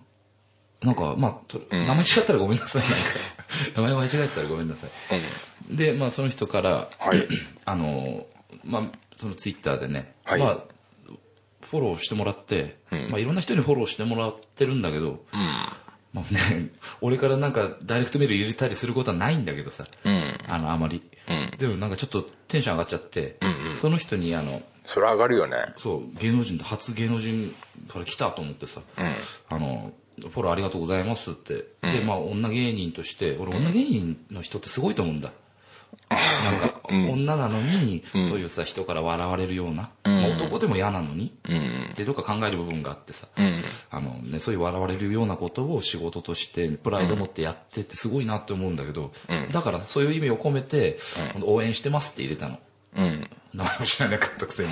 なんか、まあ、と名前違ったらごめんなさい、なんか。名前間違えてたらごめんなさい。で、まあ、その人から、
はい
あの、まあ、そのツイッターでね、
はい
まあ、フォローしてもらって、まあ、いろんな人にフォローしてもらってるんだけど、まあね、 俺からなんかダイレクトメール入れたりすることはないんだけどさ、
うん
あの、あまり、
うん
でもなんかちょっとテンション上がっちゃって、その人にあの、
それ上がるよね
そう、芸能人で初芸能人から来たと思ってさ、あの、フォローありがとうございますって。で、まあ、女芸人として、俺、女芸人の人ってすごいと思うん だ。なんか、女なのに、そういうさ、人から笑われるような、まあ男でも嫌なのに、
うん
で、どっか考える部分があってさ、
うん
あのね、そういう笑われるようなことを仕事として、プライド持ってやってってすごいなって思うんだけど、だからそういう意味を込めて、応援してますって入れたの。
うん
名前も知らなかったくせに、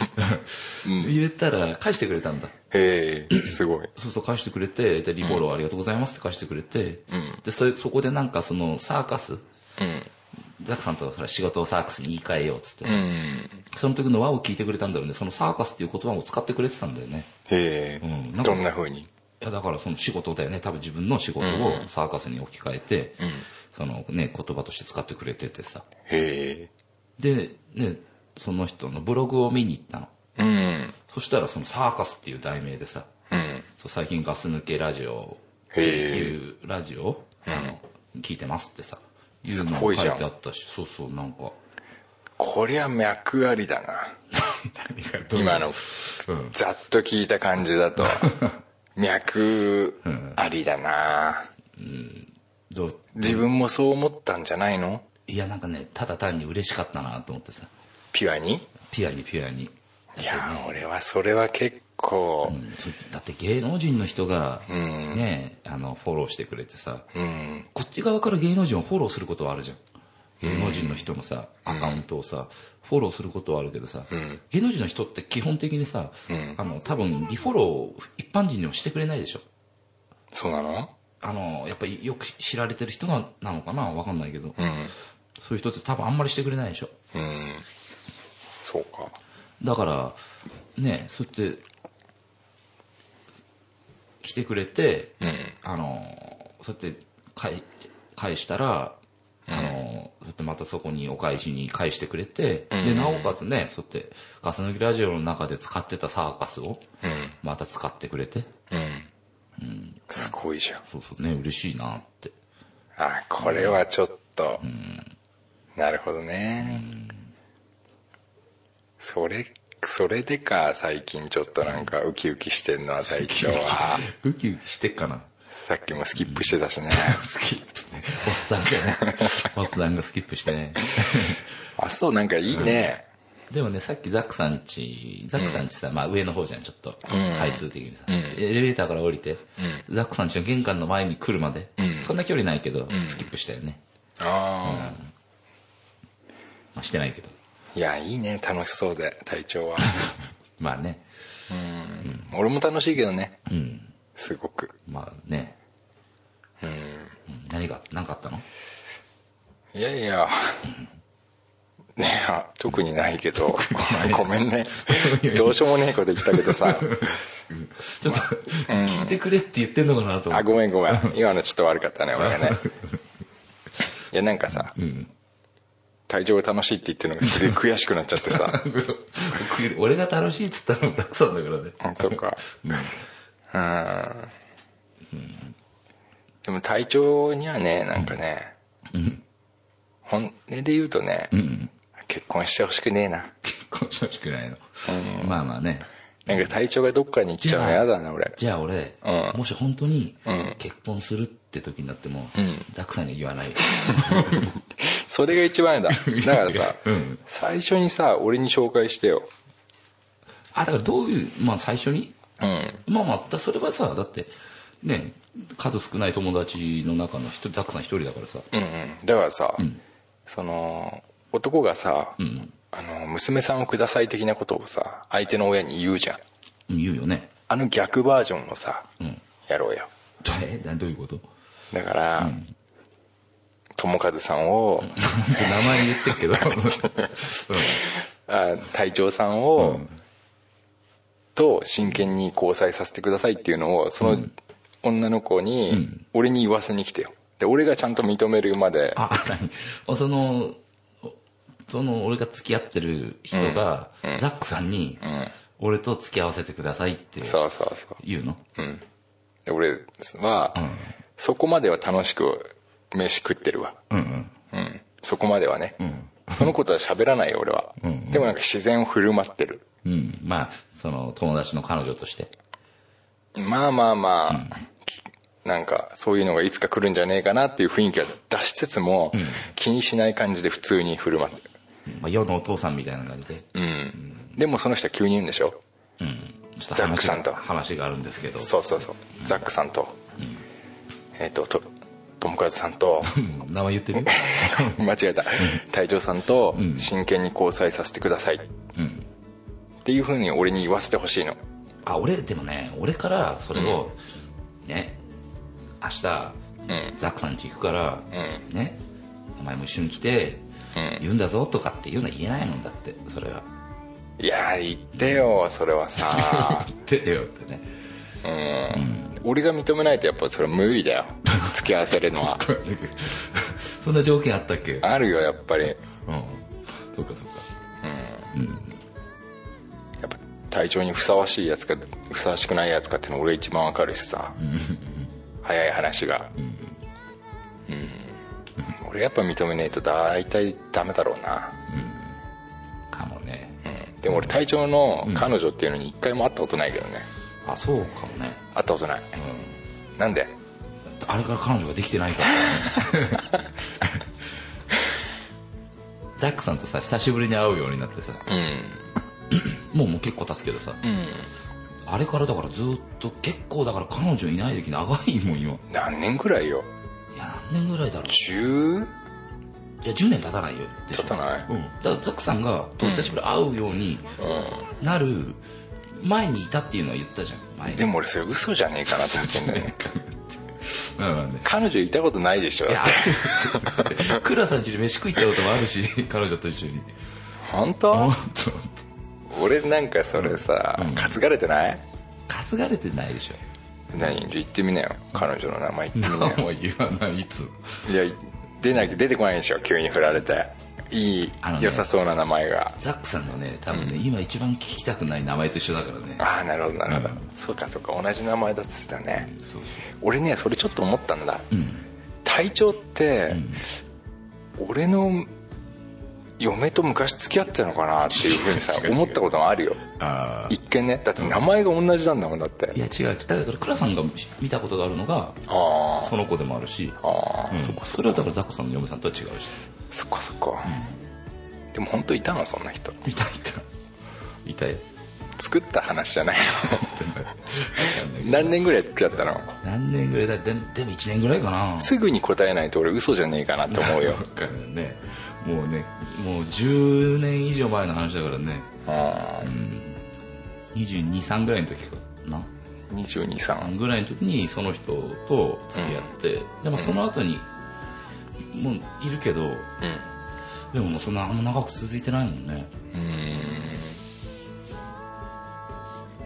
入れたら返してくれたんだ
へえすごい
そうそう返してくれてでリフォローありがとうございますって返してくれて、
ん
でそれそこでなんかそのサーカス
うん
ザクさんとそれ仕事をサーカスに言い換えようっつって、
うん
その時の和を聞いてくれたんだろうねそのサーカスっていう言葉も使ってくれてたんだよね
へえ、
うんなん
ど
か
んな風に
いやだからその仕事だよね多分自分の仕事をサーカスに置き換えて、そのね言葉として使ってくれててさ
へ
でねその人のブログを見に行ったの
えうん
そしたらそのサーカスっていう題名でさ
うん
そう最近ガス抜けラジオって
へ
いうラジオを、あの聞いてますってさいうの
す
も
ご
書
い
い
じゃ
て
ん
あったしそうそうなんか
こりゃ脈ありだな
何がどう
今の
うん
ざっと聞いた感じだと脈ありだな、
どう
自分もそう思ったんじゃないの
いやなんかねただ単に嬉しかったなと思ってさ
ピュアに
ピュアにピュアに
いやー俺はそれは結構、
うんつだって芸能人の人が
ん
ね、あのフォローしてくれてさ、
うん
こっち側から芸能人をフォローすることはあるじゃん芸能人の人のさ、アカウントをさフォローすることはあるけどさ、芸能人の人って基本的にさ、あの多分リフォローを一般人にはしてくれないでしょ
そうなの
あのやっぱりよく知られてる人ななのかなわかんないけど、
うん
そういう人って多分あんまりしてくれないでしょ
うんそうか
だからねそうやって来てくれて、
うん
あのそうやって返返したら、あのそうやってまたそこにお返しに返してくれて、でなおかつねそうやってガス抜きラジオの中で使ってたサーカスを
うん
また使ってくれて、
うんすごいじゃん
そうそうね嬉しいなって
あこれはちょっと、なるほどね、それそれでか最近ちょっとなんかウキウキしてんのは最近 は
ウキウキしてっかな
さっきもスキップしてたしね
スキップねおっさんがね おっさんがスキップしてね
あそうなんかいいね
でもね、さっきザックさんち、ザックさんちさ、まあ上の方じゃん、ちょっと、回数的にさ、エレベーターから降りて、ザックさんちの玄関の前に来るまで、そんな距離ないけど、スキップしたよね。
ああ、
まあしてないけど。
いやいいね楽しそうで体調は
まあね、
俺も楽しいけどね
うん、
すごく
まあね、
うん
うん何が、何かあったの
いやいやいや特にないけどごめんねどうしようもねえこと言ったけどさ
ちょっと、聞いてくれって言ってんのかなと思
あ
って。
ごめんごめ ん今のちょっと悪かったね俺が ねいやなんかさ、体調が楽しいって言ってるのがすげえ悔しくなっちゃって さ
俺が楽しいっつったのもザックさんだからね。
うんそっかうんでも体調にはねなんかね、本音で言うとね、結婚してほしくねえな
結婚してほしくないの。まあまあね。
なんか体調がどっかに行っちゃうの嫌だな俺
じゃあ俺、
うん
もし本当に結婚するって時になっても、ザックさんには言わないよ。
それが一番嫌だだ からさ、最初にさ俺に紹介してよ
あ、だからどういう、まあ最初に
うん
まあまあ、だそれはさ、だって、ね、数少ない友達の中の一人、ザックさん一人だからさ。
うんうん、だからさ、その男がさ、あの娘さんをください的なことをさ相手の親に言うじゃん
うん言うよね。
あの逆バージョンをさ、やろうよ
どえなどういうこと
だから、友和さんを、
ちょ名前言ってる けど。うん
あ隊長さんを、と真剣に交際させてくださいっていうのをその女の子に、俺に言わせに来てよで俺がちゃんと認めるまで
あ、何その、おその俺が付き合ってる人が、ザックさんに、俺と付き合わせてくださいって
そうそうそう
言うの
で俺は、そこまでは楽しく飯食ってるわ
うんうん。
うんそこまではね、そのことは喋らないよ俺は、でもなんか自然を振る舞ってる
うん、まあ、その友達の彼女として。
まあまあまあ、きなんかそういうのがいつか来るんじゃねえかなっていう雰囲気は出しつつも、気にしない感じで普通に振る舞ってる
まあ、世のお父さんみたいな感じで。
うん、でもその人は急に言うんでしょ
うん。ちょっと話が
ザックさんと
話があるんですけど。
そうそうそうザックさんと、えっ、とと友和さん と
うん。名前言ってる
間違えた隊長さんと真剣に交際させてください、っていうふうに俺に言わせてほしいの
あ、俺、でもね、俺からそれを、ね、明日、
ん
ザックさん家行くから、
う
ね、お前も一緒に来て、
うん
言うんだぞとかって言うのは言えないもんだって、それは。
いやー言ってよそれは さ
言ってよってね。
俺が認めないとやっぱそれ無理だよ付き合わせるのは
そんな条件あったっけ
あるよやっぱりや
うん。そうかそうか。
っぱ体調にふさわしいやつかふさわしくないやつかっていうの俺一番わかるしさ早い話がうん、俺やっぱ認めねえと大体ダメだろうな
かもね。
でも俺隊長の彼女っていうのに一回も会ったことないけどね、
あ、そうかもね。
会ったことない、なんで
あれから彼女ができてないから、ね、 ザックさんとさ久しぶりに会うようになってさ
うん
もうもう結構経つけどさ、あれからだからずっと結構だから彼女いない歴長いもん今
何年くらいよ
いや何年ぐらいだろう
10
いや10年経たないよでしょ
経たない
うん、だからザックさんが久しぶりに会うようになる前にいたっていうのは言ったじゃん前に
でも俺それ嘘じゃねえかなと思ってんだよね
うん うんね
彼女いたことないでしょ
いやクラさんちに飯食い行ったこともあるし 彼女と一緒に
本
あ
当
っと
俺なんかそれさ、担がれてない
担がれてないでしょ
何じゃあ言ってみなよ彼女の名前言ってみなよ
もう言わないいつも
いや出なきゃ出てこないでしょ急に振られていい、
あのね
良さそうな名前が
ザックさんのね多分ね、今一番聞きたくない名前と一緒だからね
ああなるほどなるほど、そうかそうか同じ名前だっつってたね、
そうそ
俺ねそれちょっと思ったんだ、体調って、俺の嫁と昔付き合ってたのかなっていうふうにさ
違う違う違う
思ったこともあるよ
うあ
一見ねだって名前が同じなんだもんだって、
いや違う違うだからクラさんが見たことがあるのが
ああ
その子でもあるし
ああ、
うん
そっか
それはだからザックさんの嫁さんとは違うし
そっかそっか、でも本当いたのそんな人
いたいた いたよ
作った話じゃないの
な
何年ぐらい付き合ったの
何年ぐらいだででも1年ぐらいかな
すぐに答えないと俺嘘じゃねえかなって思うよ
だからねもうねもう10年以上前の話だからね
うん
223ぐらいの時かな
223
ぐらいの時にその人と付き合って、でもその後にもういるけど
うん
でももうそんなあんま長く続いてないもんね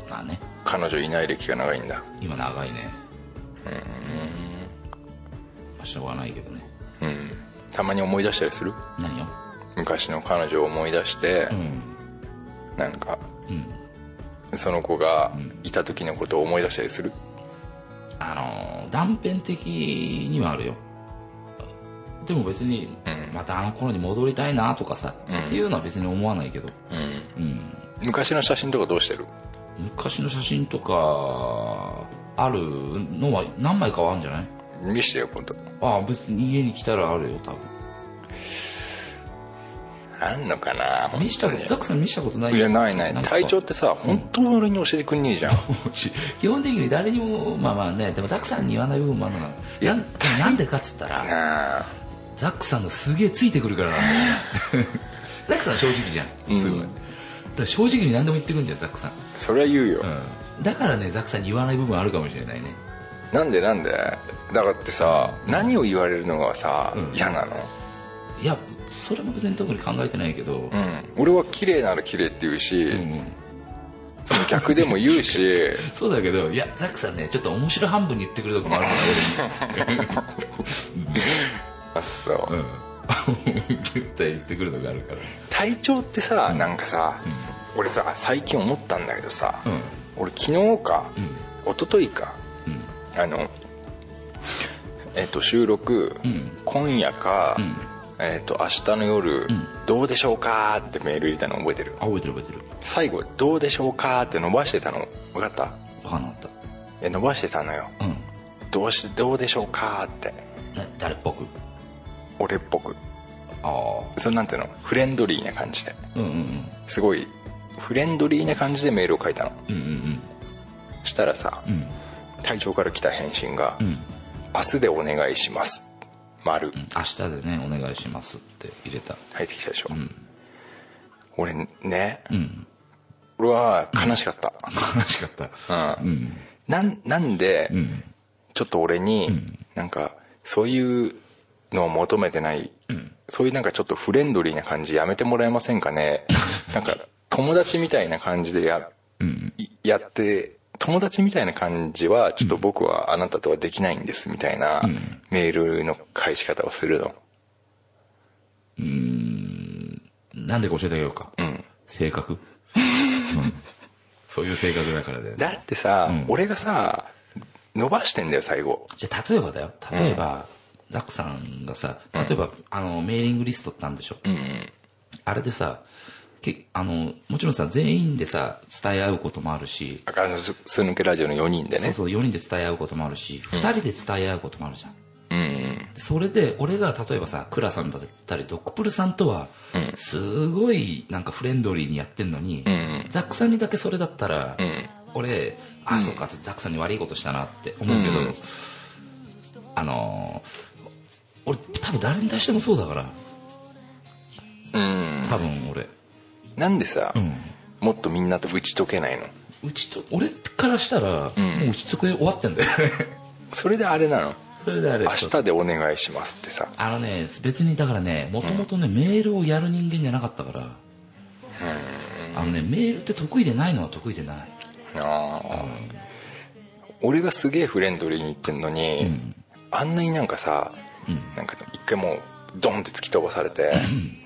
まあね
彼女いない歴が長いんだ
今長いねまあしょうがないけどね
うんたまに思い出したりする
何よ
昔の彼女を思い出して、
うん
なんか
うん
その子がいた時のことを思い出したりする
あの断片的にはあるよでも別に、
うん
またあの頃に戻りたいなとかさ、
うん
っていうのは別に思わないけど、
うん
うん、
昔の写真とかどうしてる
昔の写真とかあるのは何枚かはあるんじゃない
見してよ今度
ああ別に家に来たらあるよ多分
あんのかな
見したこと
本
ザックさん見したことない
当にいやないない
んか
体調ってさ本当に俺に教えてくんねえじゃん、
基本的に誰にもまあまあねでもザックさんに言わない部分もあるのかないやなんでかっつったら
なあ
ザックさんがすげえついてく るからなんだよねザックさんは正直じゃんすごい、だから正直に何でも言ってくるんじゃんザックさん、
それは言うよ、
うん、だからねザックさんに言わない部分あるかもしれないね
なんでなんでだからってさ何を言われるのがさ、
うん
嫌なの
いやそれも別に特に考えてないけど、
うん俺は綺麗なら綺麗って言うし、
うんうん
その逆でも言うし
そうだけどいやザックさんねちょっと面白半分に言ってくるとこもある から俺に、
あそう、
うん、絶対言ってくるとこあるから
体調ってさ、なんかさ、俺さ最近思ったんだけどさ、
うん
俺昨日か、
う
一昨日かあのえっと収録、
ん
今夜か、
うん
えっと明日の夜、
ん
どうでしょうかってメール入れたの覚えてる
あ覚えてる覚えてる
最後「どうでしょうか?」って伸ばしてたの分かった
分かんなかっ
いや伸ばしてたのよ
たうん
どうしどうでしょうかって
な誰っぽく
俺っぽく
ああ
そのなんていうのフレンドリーな感じで
うんうん
すごいフレンドリーな感じでメールを書いたの
うんうん
したらさ、
うんうん
隊長から来た返信が
うん
「明日でお願いします」丸
明日でねお願いしますって入れた
入ってきたでしょ、
ん
俺ね
うん
俺は悲しかった、
悲しかった
うん
うん
なんなんで、
うん
ちょっと俺に、なんかそういうのを求めてない、そういうなんかちょっとフレンドリーな感じやめてもらえませんかね なんか友達みたいな感じでや,い、やって友達みたいな感じはちょっと僕はあなたとはできないんですみたいなメールの返し方をするの
なんでか教えてあげようか
うん
性格うんそういう性格だからだよね
だってさ、
うん
俺がさ伸ばしてんだよ最後
じゃあ例えばだよ例えば、ザックさんがさ例えば、あのメーリングリストってあるんでしょ、
うん
あれでさけあのもちろんさ全員でさ伝え合うこともあるし、
あかんすすぬけラジオの4人で
そう
ね
そう4人で伝え合うこともあるし2人で伝え合うこともあるじゃん、
うんうん
でそれで俺が例えばさ倉さんだったりドクプルさんとはすごいなんかフレンドリーにやってんのに、
うん
ザックさんにだけそれだったら、
うん
俺あ、そうかってザックさんに悪いことしたなって思うけど、
うん
あのー俺多分誰に対してもそうだから
うん
多分俺
なんでさ、
うん
もっとみんなと打ち解けないの
うちと俺からしたら、
ん
もうそこで終わってんだよね
それであれなの
それであれ
明日でお願いしますってさ
あのね別にだからねもともとね、メールをやる人間じゃなかったからあのねメールって得意でないのは得意でない
ああ俺がすげえフレンドリーに言ってんのに、あんなになんかさ、なんか一回もうドンって突き飛ばされて、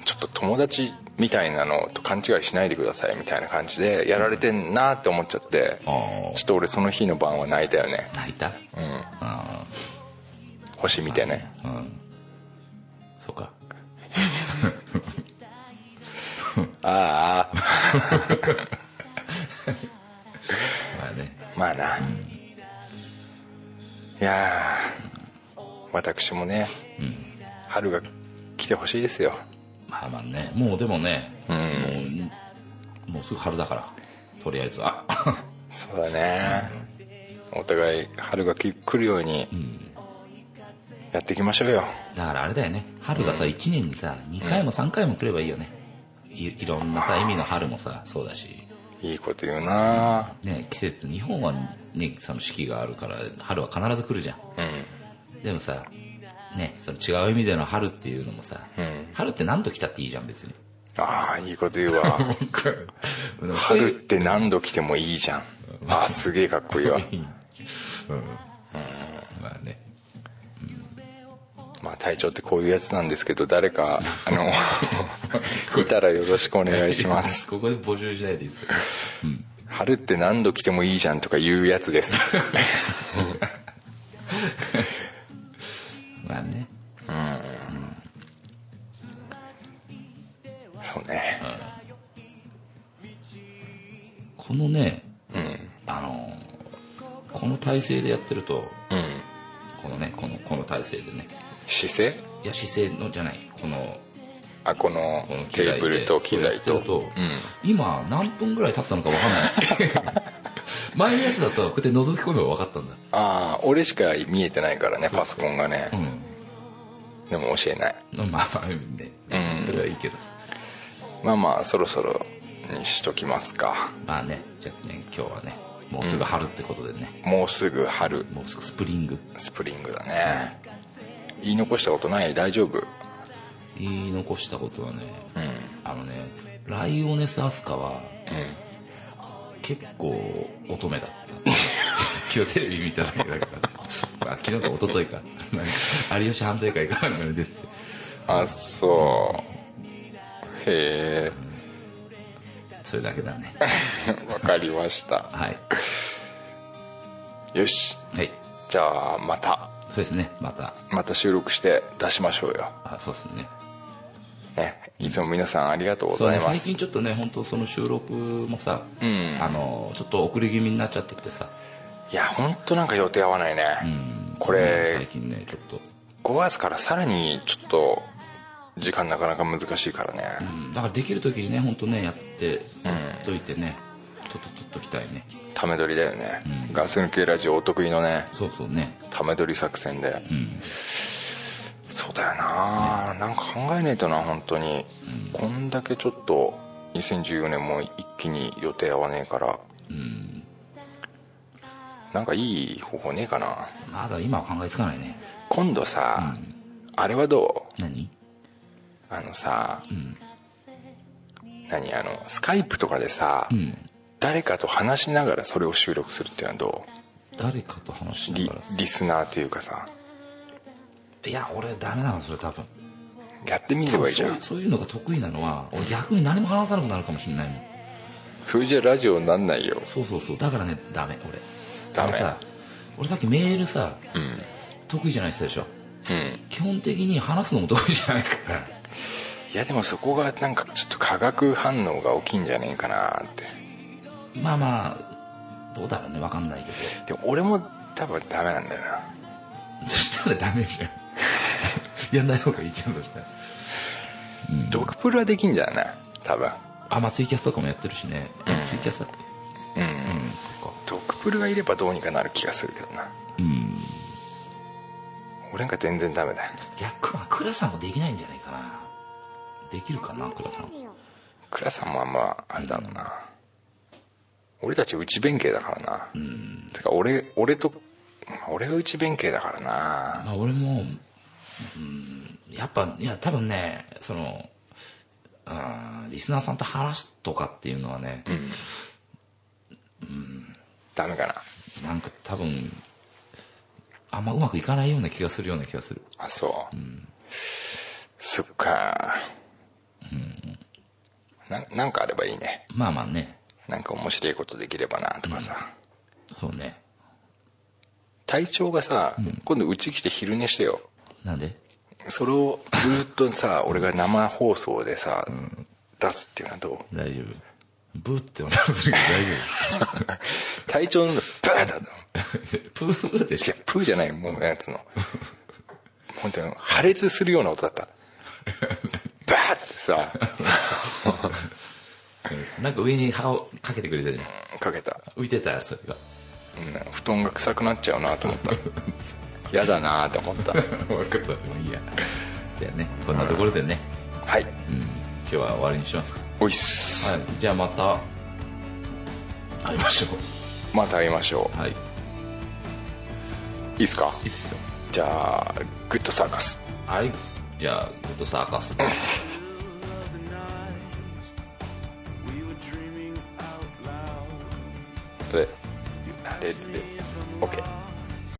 ちょっと友達みたいなのと勘違いしないでくださいみたいな感じでやられてんなって思っちゃって、
あ
ちょっと俺その日の晩は泣いたよね
泣いた
うん
あ
星見てね
あうんそうか
ああ
まあね
まあな、いやー私もね、春が来てほしいですよ
まあまあねもうでもね、
うん
もうもうすぐ春だからとりあえずは
そうだね、お互い春が来るようにやっていきましょうよ
だからあれだよね春がさ1年にさ2回も3回も来ればいいよねいいろんなさ意味の春もさそうだし
いいこと言うな
ね季節日本はねその四季があるから春は必ず来るじゃん
うん
でもさねその違う意味での春っていうのもさ、
うん
春って何度来たっていいじゃん別に
ああいいこと言う わ春って何度来てもいいじゃんああすげえかっこいいわ
まあね
まあ隊長ってこういうやつなんですけど誰かあのいたらよろしくお願いします
ここで募集しないでいいですよ
春って何度来てもいいじゃんとか言うやつです
まあね
そうね
このね
うん
あのーこの体勢でやってると
うん
このねこのこの体勢でね
姿勢
いや姿勢のじゃないこの
あこの
この機
テ
材で
ーブルと機材
そう
と
やってると、今何分ぐらい経ったのか 分かんない前のやつだとこうやって覗き込めば分かったんだ
ああ俺しか見えてないからねパソコンがね、
う
でも教えない
んまあまあね
うん
それはいいけどさ
まあまあそろそろにしときますか
まあねじゃあね今日はねもうすぐ春ってことでね、
もうすぐ春
もうすぐスプリング
スプリングだね言い残したことない大丈夫
言い残したことはね
うん
あのねライオネスアスカは
うん
結構乙女だった 昨日テレビ見ただけだから、まあ、昨日か一昨日かなんか有吉反省会かなんかに出てて
あそうへ
それだけだね
え わかりました
はい
よし
はい
じゃあまた
そうですねまた
また収録して出しましょうよ
あそうですね
ねいつも皆さんありがとうご
そう
ざい
ね
ま
最
す
近ちょっとね本当その収録もさ、
うん
あのちょっと遅れ気味になっちゃっててさ、
いや本当なんか予定合わないね、
うん
これ
最近ねちょっと、
5月からさらにちょっと時間なかなか難しいから
う
ね、
んだからできる時にね本当ねやって
うん
やっといてね、ちょっと取っときたいね
ため撮りだよね、
うん
ガス抜けラジオお得意のね
そうそうね
ため撮り作戦で、
うん
そうだよな、なんか考えないとな本当に、こんだけちょっと2014年も一気に予定合わねえから
うん
なんかいい方法ねえかな
まだ今は考えつかないね
今度さ、あれはどう
何
あのさ
うん
何あのスカイプとかでさ、
うん
誰かと話しながらそれを収録するっていうのはど
誰かと
う
話しな
リ
がらさ
リスナーというかさ
いや俺ダメなのそれ多分
やってみればいいじゃ
多分
ん
そうそういうのが得意なのは俺逆に何も話さなくなるかもしれないもん
それじゃラジオになんないよ
そうそうそうだからねダメ俺
ダメ
俺さ俺さっきメールさ
うん
得意じゃないっすでしょ
うん
基本的に話すのも得意じゃないから
いやでもそこがなんかちょっと化学反応が大きいんじゃねえかなって
まあまあどうだろうね分かんないけど
でも俺も多分ダメなんだよな
そしたらダメじゃんやんない方がいいじゃんそしたら
ドクプルはできんじゃない多分
あまあツイキャスとかもやってるしね、
うん
ツイキャスだっけ
うん、
うんそっか
ドクプルがいればどうにかなる気がするけどな
うん
俺なんか全然ダメだよ
逆は倉さんもできないんじゃないかなできるかな倉さん
倉さんもあんまあれだろうな、俺たち内弁慶だからな、てか俺俺と俺が内弁慶だからな
まあ俺も、うん、やっぱいや多分ねそのあーリスナーさんと話すとかっていうのはね、
ダメかな
なんか多分あんまうまくいかないような気がするような気がする
あそう、そっかななんかあればいいね
まあまあね
なんか面白いことできればなとかさ、
そうね
体調がさ、今度うち来て昼寝してよ
なんで
それをずーっとさ俺が生放送でさ、出すっていうのはどう
大丈夫ブーって音がするけど
体調のブーだと
大丈夫 プーで
い
しょ
やプーじゃないもうやつの本当に破裂するような音だったバーってさ
なんか上に歯をかけてくれたじゃん
かけた
浮いてたよそれが
うん布団が臭くなっちゃうなと思 ったやだなと思った
分かったもういいやじゃあねこんなところでね、
はい
うん今日は終わりにしますか
おいっす、
はい、じゃあまた会いましょ
また会いましょ
う。はい、いう
いいっすか
いっすよ。
じゃあグッドサーカス
はい、じゃあグッドサーカス。
of the night, we were dreaming out loud.
でレレ OK